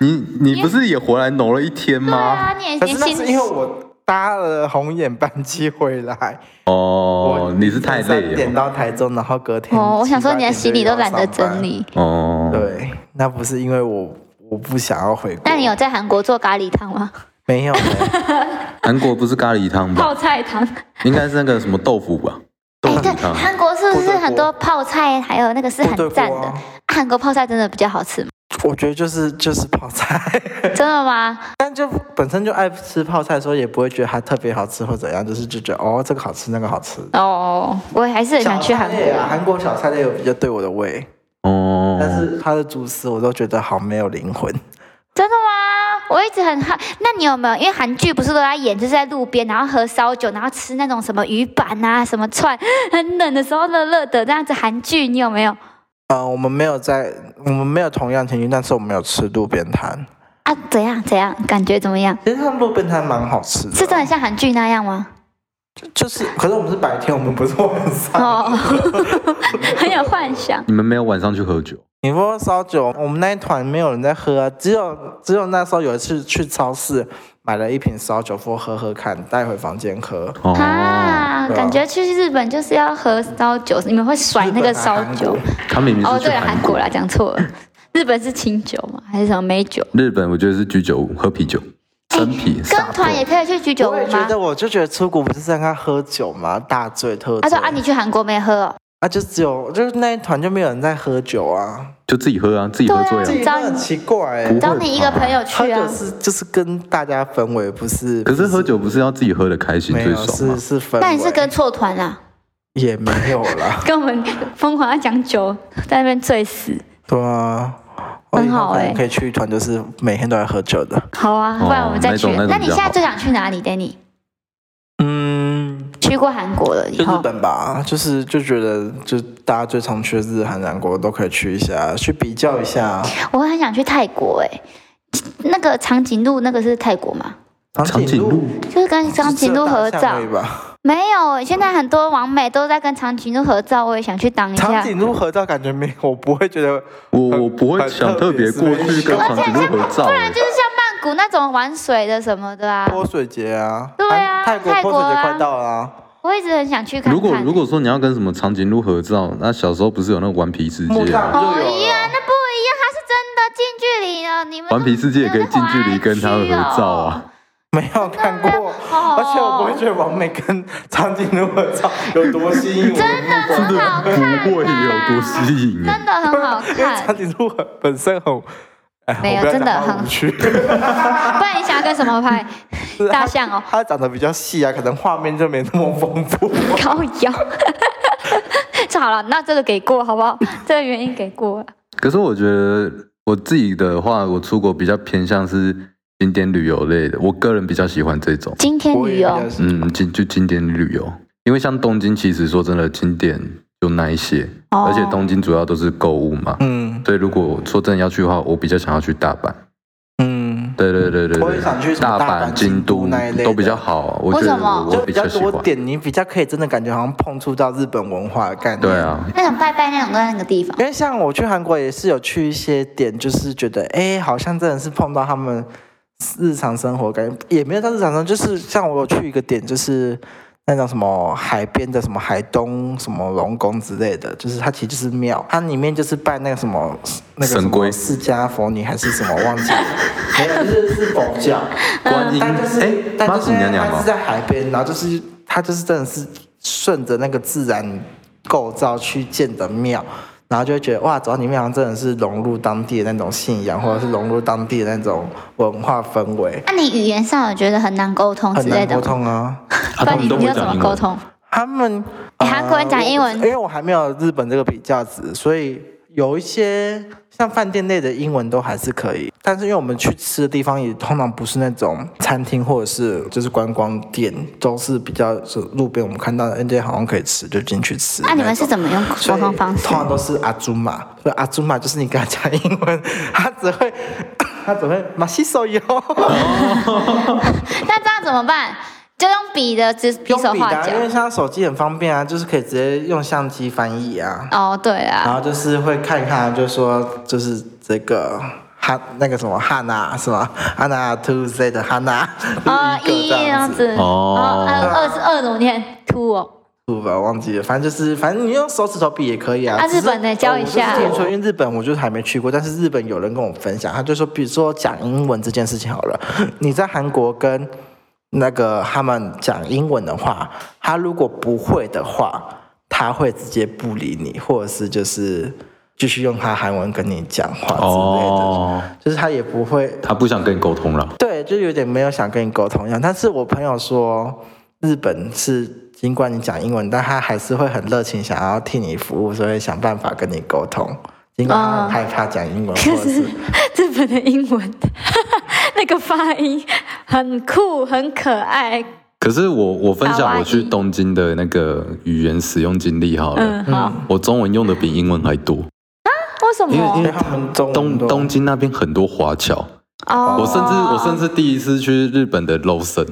Speaker 3: 你你不是也回来挪了一
Speaker 1: 对
Speaker 3: 天吗？
Speaker 1: 啊，你也
Speaker 2: 可是
Speaker 1: 年
Speaker 2: 那是因
Speaker 1: 轻
Speaker 2: 为。我搭了红眼班机回来，
Speaker 3: 哦
Speaker 2: 我，
Speaker 3: 你是太累
Speaker 2: 三点
Speaker 3: 了。
Speaker 2: 到台中，然后隔天
Speaker 1: 哦，我想说你的行
Speaker 2: 七八
Speaker 1: 李都
Speaker 2: 点就
Speaker 1: 懒得
Speaker 2: 要上班
Speaker 1: 整。理。
Speaker 3: 哦，
Speaker 2: 对，那不是因为我我不想要回国。
Speaker 1: 那你有在韩国做咖喱汤吗？
Speaker 2: 没
Speaker 1: [LAUGHS]
Speaker 2: 有、欸，
Speaker 3: 韩国不是咖
Speaker 2: 嗯
Speaker 3: 喱汤
Speaker 1: 泡
Speaker 3: 吧？
Speaker 1: 菜汤。
Speaker 3: [LAUGHS] 应该是那个什么豆腐吧？豆
Speaker 1: 哎，
Speaker 3: 腐
Speaker 1: 对，
Speaker 3: 汤。
Speaker 1: 韩国是不
Speaker 2: 部
Speaker 1: 是
Speaker 2: 队锅
Speaker 1: 很多泡菜，还有那个是很
Speaker 2: 部队
Speaker 1: 赞
Speaker 2: 锅
Speaker 1: 的
Speaker 2: 啊？
Speaker 1: 韩国泡菜真的比较好吃吗，
Speaker 2: 我觉得就是就是泡菜，
Speaker 1: 真的吗？
Speaker 2: 但就本身就爱吃泡菜，所以也不会觉得它特别好吃或怎样，就是就觉得哦这个好吃那个好吃。
Speaker 1: 哦，我还是很想去韩
Speaker 2: 小菜类
Speaker 1: 国。
Speaker 2: 啊，韩国小菜类有比较对我的胃，
Speaker 3: 哦，
Speaker 2: 但是它的主食我都觉得好没有灵魂。
Speaker 1: 真的吗？我一直很好。那你有没有？因为韩剧不是都在演，就是在路边，然后喝烧酒，然后吃那种什么鱼板啊、什么串，很冷的时候热热的这样子。韩剧你有没有
Speaker 2: 呃，我们没有在，我们没有同样情绪，但是我们有吃路边摊。
Speaker 1: 啊？怎样怎样？感觉怎么样？
Speaker 2: 其实它路边摊蛮好吃的，
Speaker 1: 是真的像韩剧那样吗？
Speaker 2: 就是，可是我们是白天，我们不是晚上。
Speaker 1: 哦， [LAUGHS] 很有幻想。
Speaker 3: 你们没有晚上去喝酒？
Speaker 2: 你说烧酒，我们那一团没有人在喝啊，只有只有那时候有一次去超市买了一瓶烧酒，说喝喝看，带回房间喝。
Speaker 3: 哦，
Speaker 1: 啊，
Speaker 2: 对啊
Speaker 1: 感觉去日本就是要喝烧酒，你们会甩那个烧酒。
Speaker 3: 他明明
Speaker 1: 哦，
Speaker 3: 是去
Speaker 1: 对了，
Speaker 3: 韩
Speaker 1: 韩国啦，讲错了。日本是清酒嘛，还是什么美酒？
Speaker 3: 日本我觉得是居酒屋喝啤酒，生啤。
Speaker 1: 哎跟
Speaker 3: 傻
Speaker 1: 团也可以去居酒
Speaker 2: 我也
Speaker 1: 屋
Speaker 2: 觉
Speaker 1: 吗？
Speaker 2: 得，我就觉得出国不是在那喝酒吗？大醉特
Speaker 1: 他
Speaker 2: 醉。
Speaker 1: 说啊，你去韩国没喝、哦？
Speaker 2: 啊，就只有就是那一团就没有人在喝酒啊，
Speaker 3: 就自己喝啊，自己喝
Speaker 1: 对啊
Speaker 2: 这
Speaker 3: 醉
Speaker 2: 一
Speaker 3: 啊。
Speaker 2: 个很奇怪、欸。
Speaker 1: 找你一啊个朋友去
Speaker 2: 喝
Speaker 1: 啊
Speaker 2: 酒。是就是跟大家氛围不是，
Speaker 3: 可是喝酒不是要自己喝的开心
Speaker 2: 没
Speaker 3: 最
Speaker 2: 有
Speaker 3: 爽啊
Speaker 2: 是
Speaker 3: 吗？
Speaker 2: 是氛围。
Speaker 1: 那你是跟错团啊啦，
Speaker 2: 也没有
Speaker 1: [LAUGHS]
Speaker 2: 啦，
Speaker 1: 跟我们疯狂要讲酒，在那边醉死。
Speaker 2: 对啊，我
Speaker 1: 很
Speaker 2: 以后
Speaker 1: 好
Speaker 2: 可能
Speaker 1: 欸
Speaker 2: 可以去一团，就是每天都在喝酒的。
Speaker 1: 好啊，不然我们再去。
Speaker 3: 哦那种那种
Speaker 1: 那你
Speaker 3: 比较
Speaker 1: 现
Speaker 3: 好
Speaker 1: 在最想去哪里？Danny
Speaker 2: 嗯，
Speaker 1: 去过韩国了以
Speaker 2: 就日
Speaker 3: 嗯
Speaker 1: 后，
Speaker 2: 本吧，就是就觉得就大家最常去的日韩两国都可以去一下，去比较一下。
Speaker 1: 我很想去泰国哎、那个长颈鹿那个是泰国吗？
Speaker 3: 长颈鹿
Speaker 1: 就是跟长颈鹿合
Speaker 2: 只有大
Speaker 1: 照
Speaker 2: 象而已。吧？
Speaker 1: 没有，现在很多网美都在跟长颈鹿合照，我也想去当一
Speaker 2: 长
Speaker 1: 下。
Speaker 2: 颈鹿合照感觉没，我不会觉得
Speaker 3: 我我不会想特别过去跟长颈鹿合照欸
Speaker 1: 不。然就是像曼谷那种玩水的什么的啊，
Speaker 2: 泼水节啊。
Speaker 1: 对啊
Speaker 2: 泰国
Speaker 1: 泰国
Speaker 2: 泼水节
Speaker 1: 啊
Speaker 2: 快到了啊，
Speaker 1: 我一直很想去看看。
Speaker 3: 如果如果说你要跟什么长颈鹿合照，那小时候不是有那个顽皮世
Speaker 2: 木
Speaker 3: 界
Speaker 2: 炭
Speaker 3: 啊？
Speaker 2: 不就
Speaker 1: 哦
Speaker 2: 有
Speaker 1: 一
Speaker 2: 了
Speaker 1: 样，那不一样，它是真的近距离的。你们
Speaker 3: 顽皮世界也可以近距离跟他们合照啊。
Speaker 2: 没有看过，
Speaker 1: 哦
Speaker 2: 而且我不会觉得王美跟长颈鹿合照有多吸引我的目光。
Speaker 1: 真的很好
Speaker 3: 不啊
Speaker 1: 看、啊，
Speaker 3: 会有多吸引
Speaker 1: 真的很好
Speaker 2: 因为长
Speaker 1: 看。
Speaker 2: 颈鹿本身很，哎，
Speaker 1: 没有
Speaker 2: 我不要
Speaker 1: 真的
Speaker 2: 讲它
Speaker 1: 很
Speaker 2: 无趣。
Speaker 1: 不然你想要跟什么拍？ [LAUGHS] 大象哦，
Speaker 2: 它长得比较细啊，可能画面就没那么
Speaker 1: [LAUGHS]
Speaker 2: 丰富。
Speaker 1: 高腰。这好了，那这个给过好不好？这个原因给过了。
Speaker 3: 可是我觉得我自己的话，我出国比较偏向是景点旅游类的，我个人比较喜欢这种。
Speaker 1: 今天
Speaker 2: 我也
Speaker 1: 旅
Speaker 2: 比
Speaker 1: 游
Speaker 2: 较喜
Speaker 3: 嗯，景就景点旅游，因为像东京，其实说真的，景点就那一些，
Speaker 1: 哦
Speaker 3: 而且东京主要都是购物嘛。
Speaker 2: 嗯
Speaker 3: 所以如果说真的要去的话，我比较想要去大阪。
Speaker 2: 嗯，
Speaker 3: 对对对对
Speaker 2: 我也
Speaker 3: 对，
Speaker 2: 想去什么
Speaker 3: 大
Speaker 2: 大阪
Speaker 3: 阪、京
Speaker 2: 京都那一类的
Speaker 3: 都比较好，我觉
Speaker 1: 为
Speaker 3: 得
Speaker 1: 什么
Speaker 3: 我
Speaker 2: 就
Speaker 3: 我比
Speaker 2: 较
Speaker 3: 喜
Speaker 2: 多
Speaker 3: 欢。
Speaker 2: 点，你比较可以真的感觉好像碰触到日本文化的概念。
Speaker 3: 对。啊，
Speaker 1: 那种拜拜那种都在那个地方。
Speaker 2: 因为像我去韩国也是有去一些点，就是觉得哎、诶好像真的是碰到他们日常生活感，也没有到日常生活，就是像我有去一个点，就是那种什么海边的什么海东什么龙宫之类的，就是它其实就是庙，它里面就是拜那个什么那个什
Speaker 3: 神龟
Speaker 2: 么释迦佛尼还是什么忘记了，没有，就是是佛教，
Speaker 3: 观音
Speaker 2: 但就是
Speaker 3: 哎，
Speaker 2: 但
Speaker 3: 妈
Speaker 2: 就是
Speaker 3: 祖娘娘
Speaker 2: 它
Speaker 3: 吗
Speaker 2: 是？在海边，然后就是它就是真的是顺着那个自然构造去建的庙，然后就会觉得哇，走到里面好像真的是融入当地的那种信仰，或者是融入当地的那种文化氛围，
Speaker 1: 那你语言上有觉得很难沟通之
Speaker 2: 很
Speaker 1: 类
Speaker 2: 难
Speaker 1: 的
Speaker 2: 沟
Speaker 1: 吗？
Speaker 2: 通啊。
Speaker 3: 啊
Speaker 1: 不
Speaker 3: 他
Speaker 1: 然你
Speaker 3: 们都
Speaker 1: 你
Speaker 3: 会
Speaker 1: 要怎
Speaker 3: 讲
Speaker 1: 么
Speaker 3: 英
Speaker 1: 沟
Speaker 3: 文。
Speaker 1: 通？
Speaker 2: 他们、
Speaker 1: 哎
Speaker 2: 呃
Speaker 1: 韩国人讲英文
Speaker 2: 我因为我还没有日本这个比较值，所以有一些像饭店类的英文都还是可以。但是因为我们去吃的地方也通常不是那种餐厅或者是就是观光店，都是比较是路边我们看到的，人家好像可以吃就进去吃。
Speaker 1: 那、你们是怎么用
Speaker 2: 所
Speaker 1: 沟
Speaker 2: 以
Speaker 1: 通方式
Speaker 2: 通？常都是阿祖玛，所以阿祖玛就是你跟他讲英文，他只会 [COUGHS] 他只会 [COUGHS] 马西手哟，
Speaker 1: 那这样怎么办？就用笔的，只比手
Speaker 2: 用笔的
Speaker 1: 画
Speaker 2: 啊、
Speaker 1: 脚
Speaker 2: 因。为像手机很方便啊，就是可以直接用相机翻译啊。
Speaker 1: 哦，对
Speaker 2: 然
Speaker 1: 啊，
Speaker 2: 后就是会看一看，就说就是这个哈那个什么汉娜是吗？汉娜 two Z 的汉娜，
Speaker 1: 哦，
Speaker 2: 就是
Speaker 1: 一
Speaker 2: 一
Speaker 1: 这
Speaker 2: 个这
Speaker 1: 样
Speaker 2: 样子。
Speaker 1: 子。呃
Speaker 3: 哦
Speaker 1: 二二是二怎么念？two 哦。
Speaker 2: 不吧，忘记了，反正就是，反正你用手指头比也可以啊。
Speaker 1: 啊
Speaker 2: 只是
Speaker 1: 日本的教一下
Speaker 2: 哦我就是听说，因为日本我就是还没去过，但是日本有人跟我分享，他就说，比如说讲英文这件事情好了， [LAUGHS] 你在韩国跟那个他们讲英文的话，他如果不会的话，他会直接不理你，或者是就是继续用他韩文跟你讲话之类的，
Speaker 3: 哦，
Speaker 2: 就是他也不会
Speaker 3: 他不想跟你沟通了。
Speaker 2: 对，就有点没有想跟你沟通一样。但是我朋友说，日本是尽管你讲英文，但他还是会很热情，想要替你服务，所以想办法跟你沟通。尽管他很害怕讲英文，或
Speaker 1: 哦可
Speaker 2: 者是
Speaker 1: 是 [LAUGHS] 日本的英文， [LAUGHS] 那个发音很酷，很可爱。
Speaker 3: 可是我我分
Speaker 1: 打
Speaker 3: 享
Speaker 1: 完
Speaker 3: 我去
Speaker 1: 一
Speaker 3: 东京的那个语言使用经历好了，
Speaker 1: 嗯，好，
Speaker 3: 我中文用的比英文还多。
Speaker 1: 为什
Speaker 3: 因为
Speaker 1: 么？
Speaker 3: 因为
Speaker 2: 他们中
Speaker 3: 东
Speaker 2: 文都
Speaker 3: 东京那边很多华侨，
Speaker 1: 哦
Speaker 3: 我甚至我甚至第一次去日本的 Lawson，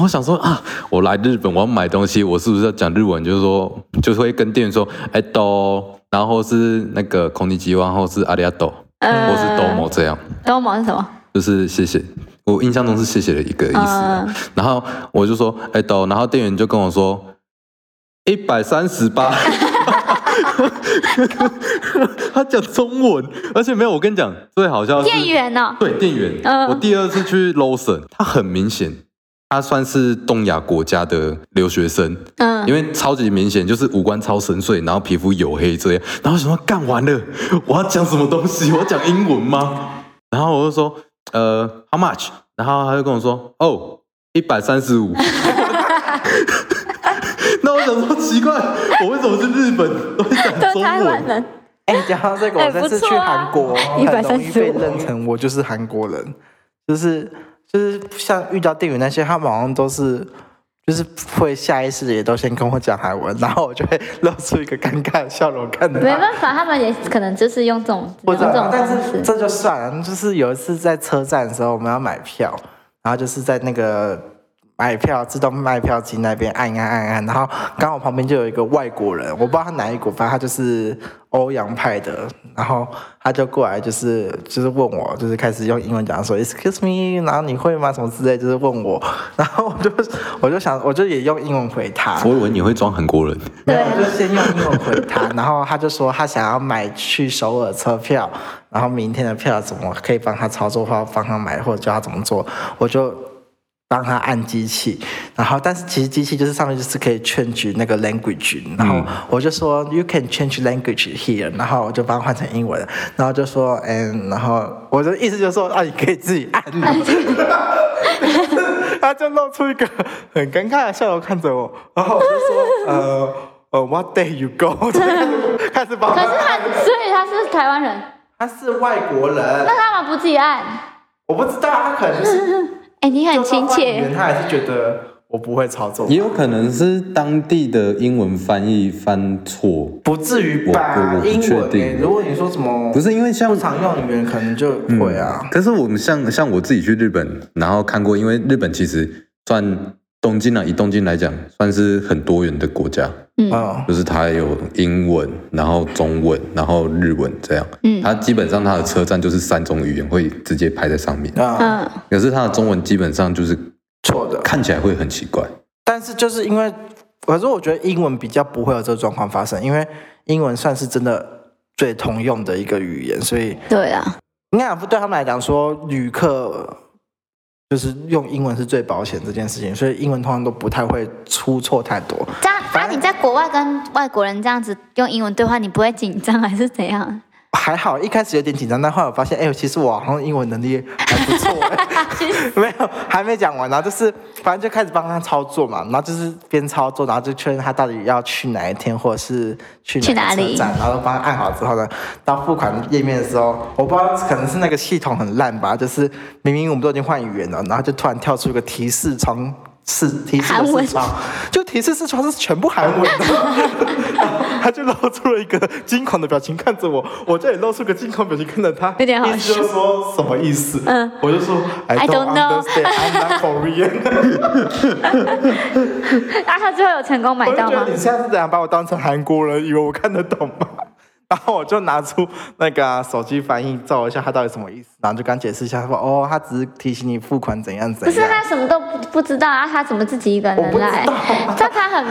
Speaker 3: 我想说啊，我来日本我要买东西，我是不是要讲日文？就是说，就是会跟店员说，哎都，然后是那个空地吉湾，或是阿里亚多，
Speaker 1: 呃
Speaker 3: 或是多某这样，
Speaker 1: 都忙是什么？
Speaker 3: 就是谢谢。我印象中是谢谢的一个意思啊，
Speaker 1: 嗯
Speaker 3: 然后我就说哎都，然后店员就跟我说一百三十八。 [LAUGHS] 他讲中文，而且没有，我跟你讲，最好笑是
Speaker 1: 店员呢？
Speaker 3: 对，店员。
Speaker 1: 嗯
Speaker 3: 我第二次去 Lawson，他很明显，他算是东亚国家的留学生，
Speaker 1: 嗯，
Speaker 3: 因为超级明显，就是五官超深邃，然后皮肤黝黑这样。然后我想说干完了，我要讲什么东西？我要讲英文吗？ [LAUGHS] 然后我就说，呃，How much？然后他就跟我说，哦，一百三十五。 [LAUGHS] 那我想说奇怪，我为什么去日本都会讲
Speaker 1: 都
Speaker 3: 中
Speaker 1: 台湾
Speaker 3: 文？
Speaker 1: 人。
Speaker 2: 哎，讲到这个，我
Speaker 1: 哎
Speaker 2: 这
Speaker 1: 不
Speaker 2: 次
Speaker 1: 错
Speaker 2: 去
Speaker 1: 啊 [LAUGHS]
Speaker 2: 韩国，很容易被认成我就是韩国人，就是就是像遇到店员那些，他们好像都是。就是会下意识的也都先跟我讲韩文，然后我就会露出一个尴尬的笑容看着他。
Speaker 1: 没办法，他们也可能就是用这种
Speaker 2: 不
Speaker 1: 用
Speaker 2: 知
Speaker 1: 这
Speaker 2: 道
Speaker 1: 种，
Speaker 2: 但
Speaker 1: 方
Speaker 2: 是
Speaker 1: 式。
Speaker 2: 这就算了。就是有一次在车站的时候，我们要买票，然后就是在那个买票自动卖票机那边按一按按一按，然后刚好旁边就有一个外国人，我不知道他哪一国，反正他就是欧阳派的，然后他就过来就是就是问我，就是开始用英文讲说 Excuse me，然后你会吗？什么之类，就是问我，然后我就我就想我就也用英文回他，
Speaker 3: 我以为你会装韩国人。
Speaker 2: 没有，
Speaker 1: 对啊
Speaker 2: 我就先用英文回他，然后他就说他想要买去首尔车票，然后明天的票怎么可以帮他操作，或帮他买，或者教他怎么做，我就帮他按机器，然后但是其实机器就是上面就是可以 change 那个 language，然后我就说、you can change language here，然后我就帮他换成英文，然后就说嗯，然后我的意思就是说啊，你可以自己按。 [LAUGHS] 他就露出一个很尴尬的笑容看着我，然后我就说， [LAUGHS] 呃，呃，What day you go？就 [LAUGHS] 开始开始帮
Speaker 1: 可
Speaker 2: 他
Speaker 1: 是他，所以他是台湾人，
Speaker 2: 他是外国人，
Speaker 1: 那他们不自己按。
Speaker 2: 我不知道他可能是
Speaker 1: 哎，你很亲
Speaker 2: 就算换语言
Speaker 1: 切，
Speaker 2: 他还是觉得我不会操作，
Speaker 3: 也有可能是当地的英文翻译翻错，
Speaker 2: 不至于吧？
Speaker 3: 我我不
Speaker 2: 英文、
Speaker 3: 确定
Speaker 2: 欸，如果你说什么
Speaker 3: 不是因为像
Speaker 2: 不常用语言，可能就
Speaker 3: 嗯
Speaker 2: 会啊。
Speaker 3: 可是我们像像我自己去日本，然后看过，因为日本其实算东京啊，以东京来讲，算是很多元的国家，
Speaker 2: 嗯，
Speaker 3: 就是它有英文，然后中文，然后日文这样。
Speaker 1: 嗯
Speaker 3: 它基本上它的车站就是三种语言会直接排在上面，
Speaker 2: 啊，
Speaker 1: 嗯，
Speaker 3: 可是它的中文基本上就是
Speaker 2: 错的。
Speaker 3: 看起来会很奇怪。
Speaker 2: 但是就是因为，可是我觉得英文比较不会有这个状况发生，因为英文算是真的最通用的一个语言，所以
Speaker 1: 对啊，
Speaker 2: 应该讲对他们来讲说，旅客就是用英文是最保险这件事情，所以英文通常都不太会出错太多。
Speaker 1: 这样啊，你在国外跟外国人这样子用英文对话，你不会紧张还是怎 [LAUGHS] 样？
Speaker 2: 还好一开始有点紧张，但后来我发现，哎、呦，其实我好像英文能力还不错、欸没有，还没讲完，然后就是反正就开始帮他操作嘛，然后就是边操作，然后就确认他到底要去哪一天，或者是去
Speaker 1: 去哪
Speaker 2: 哪个
Speaker 1: 里
Speaker 2: 车站，然后都帮他按好之后呢，到付款页面的时候，我不知道可能是那个系统很烂吧，就是明明我们都已经换语言了，然后就突然跳出一个提示窗。是提示的
Speaker 1: 韩文
Speaker 2: 视窗，就提示视窗是全部韩文
Speaker 1: [LAUGHS]
Speaker 2: 的，然后他就露出了一个惊恐的表情看着我，我这也露出个惊恐表情看着他，
Speaker 1: 有点好
Speaker 2: 意思就是说什么意思？
Speaker 1: 嗯，
Speaker 2: 我就说哎
Speaker 1: I
Speaker 2: I
Speaker 1: don't
Speaker 2: don't
Speaker 1: know.
Speaker 2: understand. I'm not
Speaker 1: [LAUGHS]
Speaker 2: Korean.
Speaker 1: 啊，他最后有成功买
Speaker 2: 我就
Speaker 1: 到
Speaker 2: 觉
Speaker 1: 吗
Speaker 2: 得你？现在是怎样把我当成韩国人，以为我看得懂吗？ [LAUGHS] 然后我就拿出那个啊、手机翻译照一下，他到底什么意思，然后就跟他解释一下，说哦，他只是提醒你付款怎样怎
Speaker 1: 不
Speaker 2: 样。
Speaker 1: 是他什么都不不知道啊，他怎么自己一个
Speaker 2: 我不
Speaker 1: 人
Speaker 2: 知
Speaker 1: 来
Speaker 2: 道？
Speaker 1: [LAUGHS] 这样他很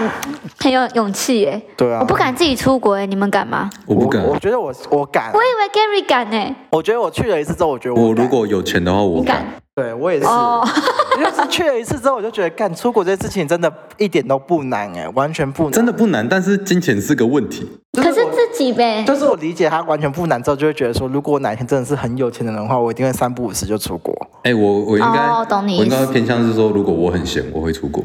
Speaker 1: 很有勇气耶。
Speaker 2: 对啊
Speaker 1: 我不敢自己出国耶，你们敢吗？
Speaker 3: 我不敢。
Speaker 2: 我，
Speaker 3: 我
Speaker 2: 觉得我我敢
Speaker 1: 我，以为 Gary 敢呢。
Speaker 2: 我觉得我去了一次之后，我觉得敢
Speaker 3: 如果有钱的话，我
Speaker 1: 你敢
Speaker 3: 敢。
Speaker 2: 对我也是，
Speaker 1: 哦，
Speaker 2: [LAUGHS] 就是去了一次之后，我就觉得干出国这件事情真的一点都不难哎，完全不难，
Speaker 3: 真的不难，但是金钱是个问题。
Speaker 1: [LAUGHS] 可是自己呗。
Speaker 2: 就是我理解他完全不难之后，就会觉得说，如果我哪一天真的是很有钱的人的话，我一定会三不五时就出国。
Speaker 3: 哎、我我应该、
Speaker 1: 哦懂你
Speaker 3: 我应该
Speaker 1: 意思
Speaker 3: 会偏向是说，如果我很闲，我会出国。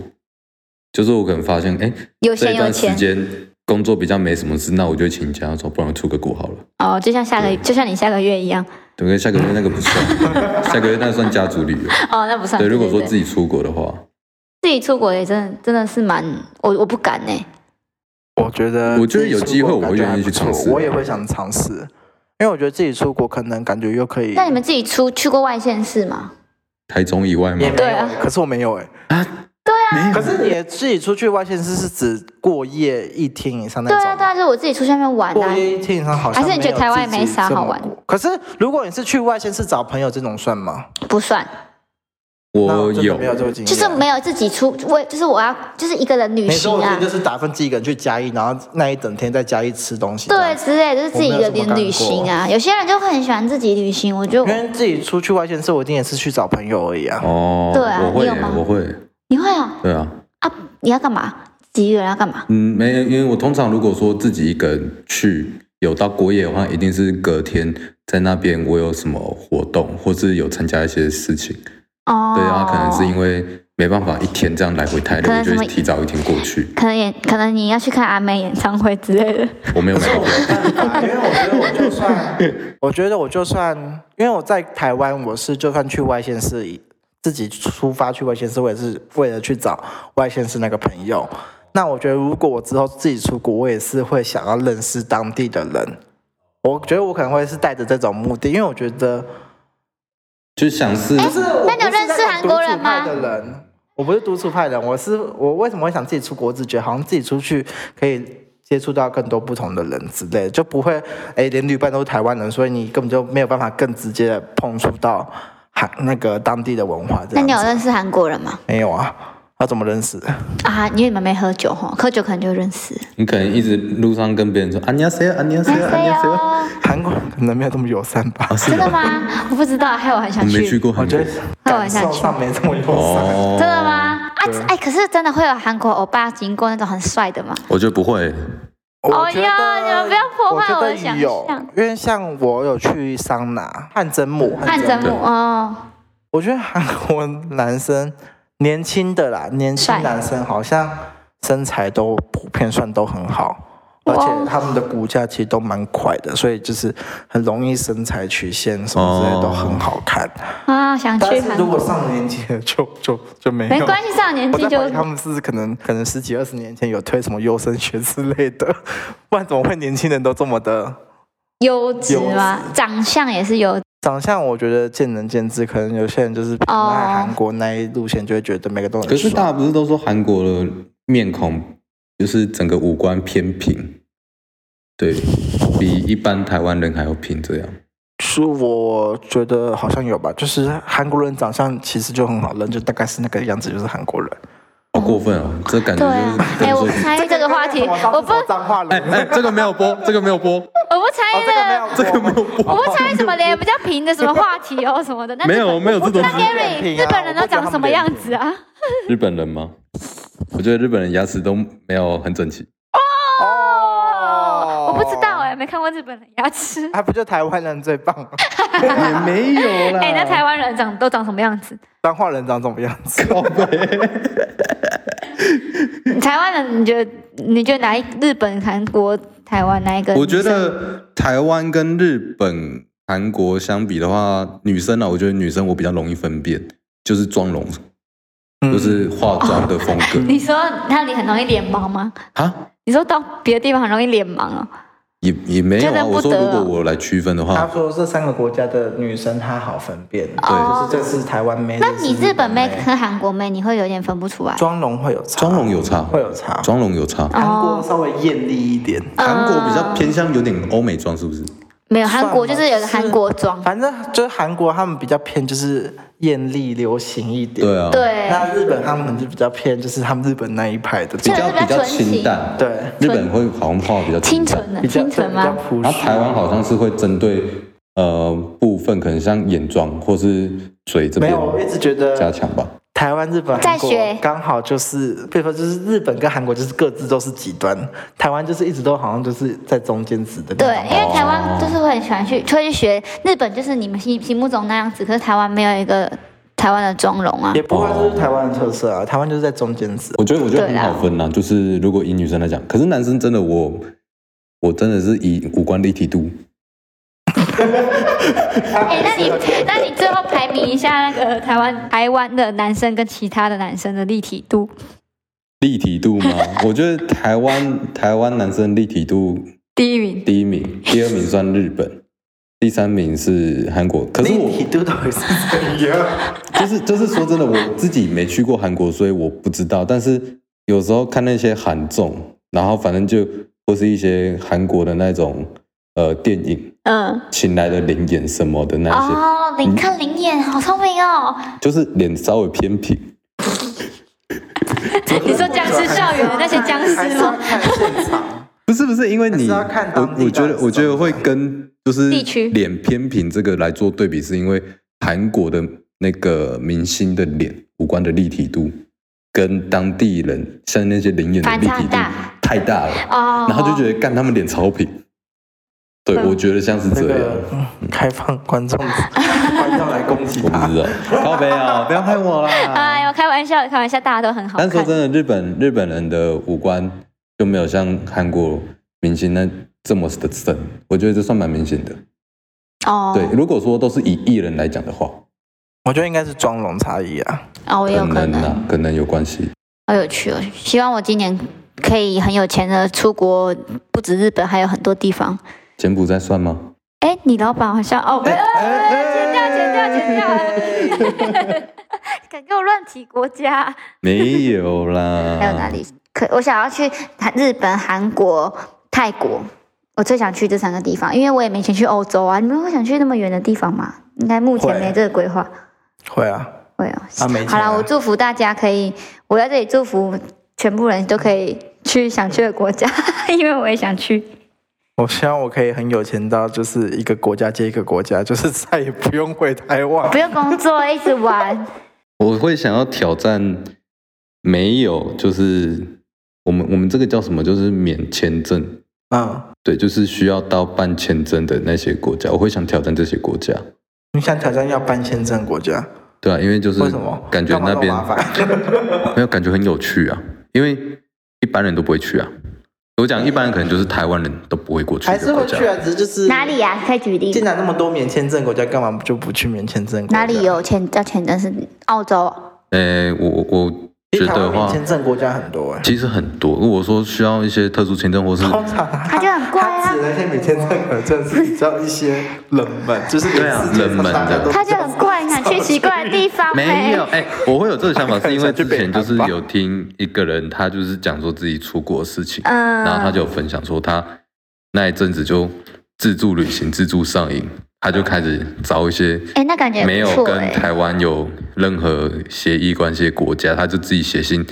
Speaker 3: 就是我可能发现，哎、
Speaker 1: 有
Speaker 3: 这
Speaker 1: 闲
Speaker 3: 一
Speaker 1: 有
Speaker 3: 段时
Speaker 1: 钱
Speaker 3: 间工作比较没什么事，那我就会请假说，不然我出个国好了。
Speaker 1: 哦，就像下个，就像你下个月一样。
Speaker 3: 对，跟下个月那个
Speaker 1: [LAUGHS]
Speaker 3: 不算，下个月那算家族旅游。
Speaker 1: 哦，那不算。
Speaker 3: 对，如果说
Speaker 1: 对
Speaker 3: 自己出国的话，
Speaker 1: 自己出国也真的真的是蛮，我我不敢呢。
Speaker 2: 我觉得
Speaker 3: 我觉
Speaker 2: 自
Speaker 3: 得
Speaker 2: 己
Speaker 3: 有
Speaker 2: 出
Speaker 3: 机会
Speaker 2: 国
Speaker 3: 我
Speaker 2: 感
Speaker 3: 会
Speaker 2: 觉
Speaker 3: 愿
Speaker 2: 还
Speaker 3: 意
Speaker 2: 不
Speaker 3: 去尝
Speaker 2: 错
Speaker 3: 试
Speaker 2: 我也会想尝试，因为我觉得自己出国可能感觉又可以
Speaker 1: 那。你们自己出去过外县市吗？
Speaker 3: 台中以外吗
Speaker 2: 也？没有
Speaker 1: 对啊
Speaker 2: 可是我没有哎、
Speaker 3: 啊没有
Speaker 2: 可是你自己出去外县市是指过夜一天以上那
Speaker 1: 对
Speaker 2: 种？
Speaker 1: 啊，对啊，就是我自己出去外面玩
Speaker 2: 过
Speaker 1: 啊。
Speaker 2: 夜一天以上好像
Speaker 1: 还是你觉得
Speaker 2: 没有
Speaker 1: 台湾
Speaker 2: 自己
Speaker 1: 没啥
Speaker 2: 这么
Speaker 1: 好玩
Speaker 2: 过？可是如果你是去外县市找朋友，这种算吗？
Speaker 1: 不算，
Speaker 2: 那
Speaker 3: 我
Speaker 2: 真的
Speaker 3: 有
Speaker 2: 没有这个经验？
Speaker 1: 就是没有自己出，我就是我要就是一个人旅
Speaker 2: 你
Speaker 1: 行
Speaker 2: 说啊我今
Speaker 1: 啊
Speaker 2: 天就，是打算自己一个人去嘉义，然后那一整天在嘉义吃东西。
Speaker 1: 对，之类的，就是自己一个人旅
Speaker 2: 啊我
Speaker 1: 行
Speaker 2: 没有这么
Speaker 1: 啊。有些人就会很喜欢自己旅行，我就
Speaker 2: 因为自己出去外县市，我一定也是去找朋友而已啊。
Speaker 3: 哦，
Speaker 1: 对啊
Speaker 3: 我会
Speaker 1: 你有
Speaker 3: 耶
Speaker 1: 吗，
Speaker 3: 我会，
Speaker 1: 你会啊
Speaker 3: 对啊，
Speaker 1: 啊，你要干嘛？自己一个人要干嘛？
Speaker 3: 嗯，没有，因为我通常如果说自己一个人去，有到过夜的话，一定是隔天在那边我有什么活动，或是有参加一些事情，
Speaker 1: 哦，
Speaker 3: 对啊，可能是因为没办法一天这样来回太累，
Speaker 1: 可
Speaker 3: 我
Speaker 1: 能
Speaker 3: 就
Speaker 1: 什么
Speaker 3: 会提早一天过去，
Speaker 1: 可能也可能你要去看阿妹演唱会之类的。
Speaker 3: 我没有买过，
Speaker 2: 因为我觉得我就算，我觉得我就算，因为我在台湾，我是就算去外县市，自己出发去外县市，我也是为了去找外县市那个朋友。那我觉得，如果我之后自己出国，我也是会想要认识当地的人。我觉得我可能会是带着这种目的，因为我觉得
Speaker 3: 就想是
Speaker 2: 不是我
Speaker 1: 那你有
Speaker 2: 不是
Speaker 1: 认识
Speaker 2: 那种
Speaker 1: 韩国人吗
Speaker 2: 独处派的人，我不是独处派的人，我是我为什么会想自己出国？自觉得好像自己出去可以接触到更多不同的人之类的，就不会哎连旅伴都是台湾人，所以你根本就没有办法更直接的碰触到韩那个当地的文化。这
Speaker 1: 那
Speaker 2: 样
Speaker 1: 你有
Speaker 2: 子
Speaker 1: 认识韩国人吗？
Speaker 2: 没有啊？要怎么认识？ [LAUGHS]
Speaker 1: 啊，因为你们没喝酒哈，喝酒可能就认识。
Speaker 3: 你可能一直路上跟别人说安妮亚塞，安妮亚塞，
Speaker 1: 哎
Speaker 3: 安妮亚塞，
Speaker 1: 哟，
Speaker 2: 韩国人可能没有这么友善吧？
Speaker 1: 真的吗？我不知道，害我很
Speaker 3: 我
Speaker 1: 想
Speaker 3: 没啊去
Speaker 1: 去。
Speaker 3: 过
Speaker 2: 我
Speaker 3: 韩国
Speaker 2: 觉得
Speaker 1: 那我
Speaker 2: 感
Speaker 1: 下
Speaker 2: 受
Speaker 1: 去
Speaker 2: 上没这么友善。
Speaker 3: 哦，
Speaker 1: 真的？吗？啊，哎，可是真的会有韩国欧巴经过那种很帅的吗？
Speaker 3: 我觉得不会，
Speaker 1: 哦
Speaker 2: 我觉得
Speaker 1: 哟你们不要破坏
Speaker 2: 觉
Speaker 1: 我的
Speaker 2: 得
Speaker 1: 想
Speaker 2: 有
Speaker 1: 象
Speaker 2: 因为像我有去桑拿、汗蒸木、
Speaker 1: 汗蒸
Speaker 3: 对
Speaker 1: 木哦，
Speaker 2: 我觉得韩国男生年轻的啦，年轻
Speaker 1: 帅
Speaker 2: 男生好像身材都普遍算都很好，而且他们的骨架其实都蛮快的，所以就是很容易身材曲线什么之类的都很好
Speaker 3: 哦
Speaker 2: 看。
Speaker 1: 啊，想
Speaker 2: 但
Speaker 1: 去
Speaker 2: 是
Speaker 1: 韩
Speaker 2: 如果
Speaker 1: 国。
Speaker 2: 上了年纪的就就就没有。
Speaker 1: 没关系，上年
Speaker 2: 我
Speaker 1: 纪
Speaker 2: 在
Speaker 1: 就
Speaker 2: 怀疑他们是可能可能十几二十年前有推什么优生学之类的，不然怎么会年轻人都这么的？
Speaker 1: 优质吗？长相也是有
Speaker 2: 长相我觉得见仁见智，可能有些人就是偏
Speaker 1: 哦
Speaker 2: 爱韩国那一路线，就会觉得每个都很
Speaker 3: 可是
Speaker 2: 帅
Speaker 3: 大家不是都说韩国的面孔就是整个五官偏平，对比一般台湾人还要平这样。
Speaker 2: 是我觉得好像有吧，就是韩国人长相其实就很好认，就大概是那个样子，就是韩国人。
Speaker 3: 好过分哦！这感觉
Speaker 1: 对
Speaker 3: 就
Speaker 1: 啊哎、
Speaker 3: 是。跟你
Speaker 1: 我
Speaker 3: 说
Speaker 1: 不参与这个话题，我不
Speaker 2: 脏话了
Speaker 3: 哎哎，这个没有播，这个没有播，
Speaker 1: 我不参与这个，
Speaker 2: 这个没有，这个没有
Speaker 1: 我不参与什么脸比较平的什么话题哦什么的。那
Speaker 3: 没有没有这种
Speaker 1: 那
Speaker 3: 事。
Speaker 1: Gary 日本人都长什么样子啊？
Speaker 3: 日本人吗？我觉得日本人牙齿都没有很整齐。
Speaker 1: 哦，我不知道哎、没看过日本人牙齿。
Speaker 2: 还不就台湾人最棒吗？
Speaker 3: 也没有啦。
Speaker 1: 哎、那台湾人长都长什么样子？
Speaker 2: 脏话人长什么样子？
Speaker 3: 靠北
Speaker 1: 你台湾人，你觉得你觉得哪一日本、韩国、台湾哪一个？
Speaker 3: 我觉得台湾跟日本、韩国相比的话，女生啊，我觉得女生我比较容易分辨，就是妆容，
Speaker 2: 嗯
Speaker 3: 就是化妆的风
Speaker 1: [LAUGHS]
Speaker 3: 格
Speaker 1: 你说那你很容易脸盲吗？
Speaker 3: 啊。
Speaker 1: 你说到别的地方很容易脸盲哦？
Speaker 3: 也也没有
Speaker 1: 觉
Speaker 3: 啊。
Speaker 1: 得不
Speaker 3: 我说
Speaker 1: 得
Speaker 3: 如
Speaker 1: 哦
Speaker 3: 果我来区分的
Speaker 2: 他
Speaker 3: 话，
Speaker 1: 啊
Speaker 2: 说这三个国家的女生她好分辨，
Speaker 1: 哦
Speaker 2: 对，就是这是台湾妹，
Speaker 1: 那
Speaker 2: 这是
Speaker 1: 你日本妹
Speaker 2: 妹
Speaker 1: 跟韩国妹，你会有点分不出来。
Speaker 2: 妆容会有差，
Speaker 3: 妆容有差，
Speaker 2: 会有
Speaker 1: 哦
Speaker 2: 差，
Speaker 3: 妆容有差。
Speaker 1: 啊
Speaker 2: 韩国稍微艳丽一点，
Speaker 3: 韩国比较偏向有点欧美妆，是不是？
Speaker 1: 没有韩国
Speaker 2: 算吧
Speaker 1: 就是有个韩国妆，
Speaker 2: 反正就是韩国他们比较偏就是艳丽流行一点，
Speaker 3: 对啊，
Speaker 1: 对，
Speaker 2: 那日本他们就比较偏就是他们日本那一派的，
Speaker 3: 比
Speaker 1: 这
Speaker 3: 较
Speaker 1: 个是比较
Speaker 3: 比较
Speaker 1: 纯情
Speaker 3: 清淡。
Speaker 2: 对，
Speaker 3: 日本会好像画得比较
Speaker 1: 清
Speaker 3: 淡
Speaker 1: 纯的
Speaker 2: 比较
Speaker 1: 清纯
Speaker 2: 比较
Speaker 1: 吗？
Speaker 2: 朴
Speaker 3: 然后
Speaker 2: 实。
Speaker 3: 台湾好像是会针对呃部分，可能像眼妆或是嘴这
Speaker 2: 没
Speaker 3: 边
Speaker 2: 有，我一直觉得
Speaker 3: 加强吧。
Speaker 2: 台湾、日本、
Speaker 1: 在
Speaker 2: 韩国
Speaker 1: 学
Speaker 2: 刚好就是，比如说就是日本跟韩国就是各自都是极端，台湾就是一直都好像就是在中间值的
Speaker 1: 对
Speaker 2: 那种。，
Speaker 1: 因为台湾就是会很喜欢去，会去学日本，就是你们心心目中那样子，可是台湾没有一个台湾的妆容啊
Speaker 2: 也。不会是台湾的特色啊，台湾就是在中间值。
Speaker 3: 我觉得我觉得
Speaker 1: 对啊
Speaker 3: 很
Speaker 1: 啦
Speaker 3: 好分啦，就是如果以女生来讲，可是男生真的我我真的是以五官立体度，
Speaker 1: 哎、那你 [LAUGHS] 那你最后排名一下那个台湾台湾的男生跟其他的男生的立体度，
Speaker 3: 立体度
Speaker 1: [LAUGHS]
Speaker 3: 吗？我觉得台湾台湾男生立体度
Speaker 1: 第一名
Speaker 3: 第一名，第二名算日本，第三名是韩国。可是
Speaker 2: 立
Speaker 3: 我
Speaker 2: 体度到底是怎样？
Speaker 3: 就是就是说真的，我自己没去过韩国，所以我不知道。但是有时候看那些韩综，然后反正就或是一些韩国的那种呃电影，
Speaker 1: 嗯。
Speaker 3: 请来的灵眼什么的那些，
Speaker 1: 哦，你看灵眼好聪明哦！
Speaker 3: 就是脸稍微偏平。
Speaker 1: [LAUGHS] 你说僵尸校园的那些僵
Speaker 2: 还
Speaker 1: 尸
Speaker 2: 是要
Speaker 1: 吗？
Speaker 2: 看现场，
Speaker 3: 不是不是，因为
Speaker 2: 还
Speaker 3: 你
Speaker 2: 是要看当地
Speaker 3: 我我觉
Speaker 2: 到底
Speaker 3: 得
Speaker 2: 是
Speaker 3: 我觉
Speaker 2: 怎么
Speaker 3: 得会
Speaker 2: 样
Speaker 3: 跟就是
Speaker 1: 地区
Speaker 3: 脸偏平这个来做对比，是因为韩国的那个明星的脸五官的立体度。跟当地人像那些灵眼的
Speaker 1: 反
Speaker 3: 立
Speaker 1: 差
Speaker 3: 体度
Speaker 1: 大
Speaker 3: 太大了，
Speaker 1: 哦，
Speaker 3: 然后就觉得干他们脸超平。对，
Speaker 1: 嗯
Speaker 3: 我觉得像是
Speaker 2: 这
Speaker 3: 这样，
Speaker 2: 个嗯开放
Speaker 1: [LAUGHS]
Speaker 2: 观众观众来攻击
Speaker 3: 我不
Speaker 2: 他
Speaker 3: 知。道，靠背啊，不要害我
Speaker 1: 哎
Speaker 3: 啦。
Speaker 1: 呦，开玩笑，开玩笑，大家都很好
Speaker 3: 但
Speaker 1: 看。
Speaker 3: 说真的，日本日本人的五官就没有像韩国明星那这么的深，我觉得这算蛮明显的。
Speaker 1: 哦，
Speaker 3: 对，如果说都是以艺人来讲的话，
Speaker 2: 我觉得应该是妆容差异啊。
Speaker 1: 哦，也有可能，
Speaker 3: 啊，可能有关系。
Speaker 1: 好有趣哦！希望我今年可以很有钱的出国，不止日本，还有很多地方。
Speaker 3: 柬埔寨算
Speaker 1: [LAUGHS]
Speaker 3: 吗？
Speaker 1: 哎，你老板好像哦，没有，剪掉，剪掉，剪掉。敢给我乱提国家？
Speaker 3: 没有啦。
Speaker 1: 还有哪？里？可我想要去韩日本、韩国、泰国，我最想去这三个地方，因为我也没钱去欧洲啊。你们会想去那么远的地方吗？应该目前
Speaker 2: 会
Speaker 1: 没这个规划。
Speaker 2: 会啊，
Speaker 1: 会哦。
Speaker 2: 啊没钱啊
Speaker 1: 好啦，我祝福大家可以，我在这里祝福全部人都可以去想去的国家， [LAUGHS] 因为我也想去。
Speaker 2: 我希望我可以很有钱到，就是一个国家接一个国家， [LAUGHS] 就是再也不用回台湾。
Speaker 1: 不用工作，一直玩。
Speaker 3: 我会想要挑战，没有，就是我们我们这个叫什么？就是免签证，
Speaker 2: 嗯，
Speaker 3: 对，就是需要到办签证的那些国家，我会想挑战这些国家。
Speaker 2: 你想挑战要办签证国家？
Speaker 3: 对啊，因为就是
Speaker 2: 为什么？
Speaker 3: 感觉
Speaker 2: 干嘛
Speaker 3: 那
Speaker 2: 么
Speaker 3: 边
Speaker 2: 麻
Speaker 3: [LAUGHS]
Speaker 2: 烦。 [LAUGHS]
Speaker 3: 没有感觉很有趣啊，因为一般人都不会去啊。我讲一般人可能就是台湾人都不会过去
Speaker 2: 还
Speaker 3: 的
Speaker 2: 是
Speaker 3: 国
Speaker 2: 会
Speaker 3: 家
Speaker 2: 去，啊，只是就是
Speaker 1: [LAUGHS] 哪里呀、啊？可以举例
Speaker 2: 既。然那么多免签证国家，干嘛就不去免签证国家？
Speaker 1: 哪里？有签叫签证是澳洲？
Speaker 3: 呃，我我我
Speaker 2: 因
Speaker 3: 觉
Speaker 2: 为台
Speaker 3: 得
Speaker 2: 湾免
Speaker 3: 话，
Speaker 2: 签证国家很多哎、
Speaker 3: 其实很多。如果说需要一些特殊签证或是
Speaker 2: 通常
Speaker 1: 它就很贵啊
Speaker 2: 它指那些免签证国家是比较一些冷门，就是
Speaker 3: 对啊
Speaker 2: 世界上
Speaker 3: 冷门的
Speaker 2: 大家都
Speaker 1: 它就很怪，想去奇怪的地方欸
Speaker 3: 没有，
Speaker 1: 呗。
Speaker 3: 哎、我会有这个想法，是因为之前就是
Speaker 2: 看起来就被
Speaker 3: 有听一个人，他就是讲说自己出国的事情，
Speaker 1: 嗯
Speaker 3: 然后他就有分享说他那一阵子就自助旅行、自助上瘾，他就开始找一些
Speaker 1: 哎那感觉也不
Speaker 3: 没有
Speaker 1: 错
Speaker 3: 跟
Speaker 1: 哎
Speaker 3: 台湾有任何协议关系的国家，他就自己写信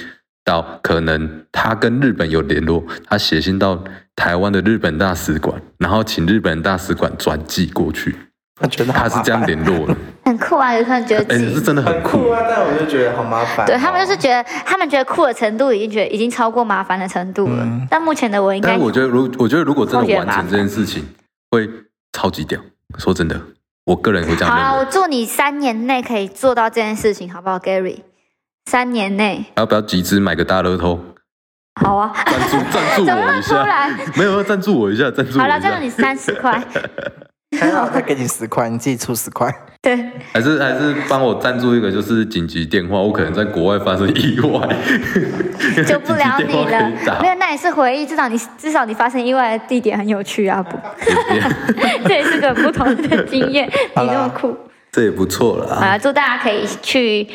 Speaker 3: 到可能他跟日本有联络，他写信到台湾的日本大使馆，然后请日本大使馆转寄过去，
Speaker 2: 我觉得好
Speaker 3: 他是这样
Speaker 2: 麻烦
Speaker 3: 联络的，
Speaker 1: 很酷啊！有可能觉得 [LAUGHS]
Speaker 3: 哎、
Speaker 1: 自己、
Speaker 3: 是真的很
Speaker 2: 很酷啊，但我就觉得好麻烦哦、
Speaker 1: 对他们就是觉得，他们觉得酷的程度已经觉得已经超过麻烦的程度了。但目前的我应
Speaker 3: 嗯但
Speaker 1: 该
Speaker 3: 是我觉得如，我觉得如果真
Speaker 1: 我觉得
Speaker 3: 的完
Speaker 1: 麻
Speaker 3: 成这件事情，会超级屌。说真的，我个人会这样
Speaker 1: 好啦，
Speaker 3: 认
Speaker 1: 我
Speaker 3: 为。
Speaker 1: 祝你三年内可以做到这件事情，好不好，Gary？三年内，
Speaker 3: 要不要集资买个大乐透？
Speaker 1: 好啊。
Speaker 3: 赞助赞助
Speaker 1: 怎么那
Speaker 3: 我
Speaker 1: 么
Speaker 3: 一
Speaker 1: 突然
Speaker 3: 下，没有要赞助我一下，赞助我
Speaker 1: 好 [LAUGHS]
Speaker 3: 一
Speaker 1: 了，这样你
Speaker 3: 下。
Speaker 1: 三十块。
Speaker 2: 还好他给你
Speaker 1: [LAUGHS]
Speaker 2: 十块，你自己出十块。
Speaker 1: 对，
Speaker 3: 还是还是帮我赞助一个，就是紧急电话，我可能在国外发生意外，
Speaker 1: [LAUGHS] 救不了你
Speaker 3: 紧急电话可
Speaker 1: 了。
Speaker 3: 以打
Speaker 1: 没有，那也是回忆，至少你至少你发生意外的地点很有趣 [LAUGHS] 啊，不，这也是个不同的经验。你那么酷，
Speaker 3: 这也不错了啊。
Speaker 1: 啊，祝大家可以去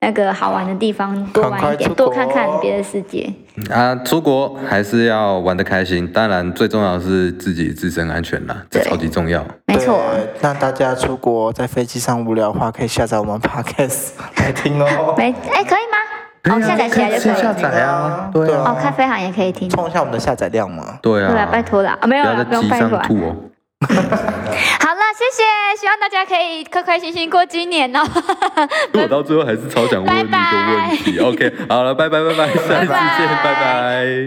Speaker 1: 那个好玩的地方多玩一
Speaker 2: 赶快
Speaker 1: 点，
Speaker 2: 出
Speaker 1: 多
Speaker 2: 国
Speaker 1: 看看别的世界。
Speaker 3: 啊，出国还是要玩的开心，当然最重要的是自己自身安全啦，这
Speaker 1: 对
Speaker 3: 超级重要。
Speaker 1: 没错，
Speaker 2: 对，那大家出国在飞机上无聊的话，可以下载我们 podcast 来听哦。
Speaker 1: 没哎，可以吗？哦，下载起来就可以啊
Speaker 3: 下
Speaker 1: 了。
Speaker 3: 载啊，对啊，
Speaker 1: 哦，咖啡行也可以听。
Speaker 2: 冲一下我们的下载量嘛。
Speaker 3: 对
Speaker 1: 对啊
Speaker 3: 啊，，
Speaker 1: 拜托啦，啊没有
Speaker 3: 不
Speaker 1: 啦，
Speaker 3: 要
Speaker 1: 不
Speaker 3: 在
Speaker 1: 用
Speaker 3: 机
Speaker 1: 拜托
Speaker 3: 上
Speaker 1: 啦。
Speaker 3: 吐哦。
Speaker 1: 好了，谢谢，希望大家可以快快心心过今年哦。
Speaker 3: 我到最后还是超想问你一个问题。OK，好了，拜拜拜拜，下次
Speaker 1: 拜
Speaker 3: 见，
Speaker 1: 拜
Speaker 3: 拜拜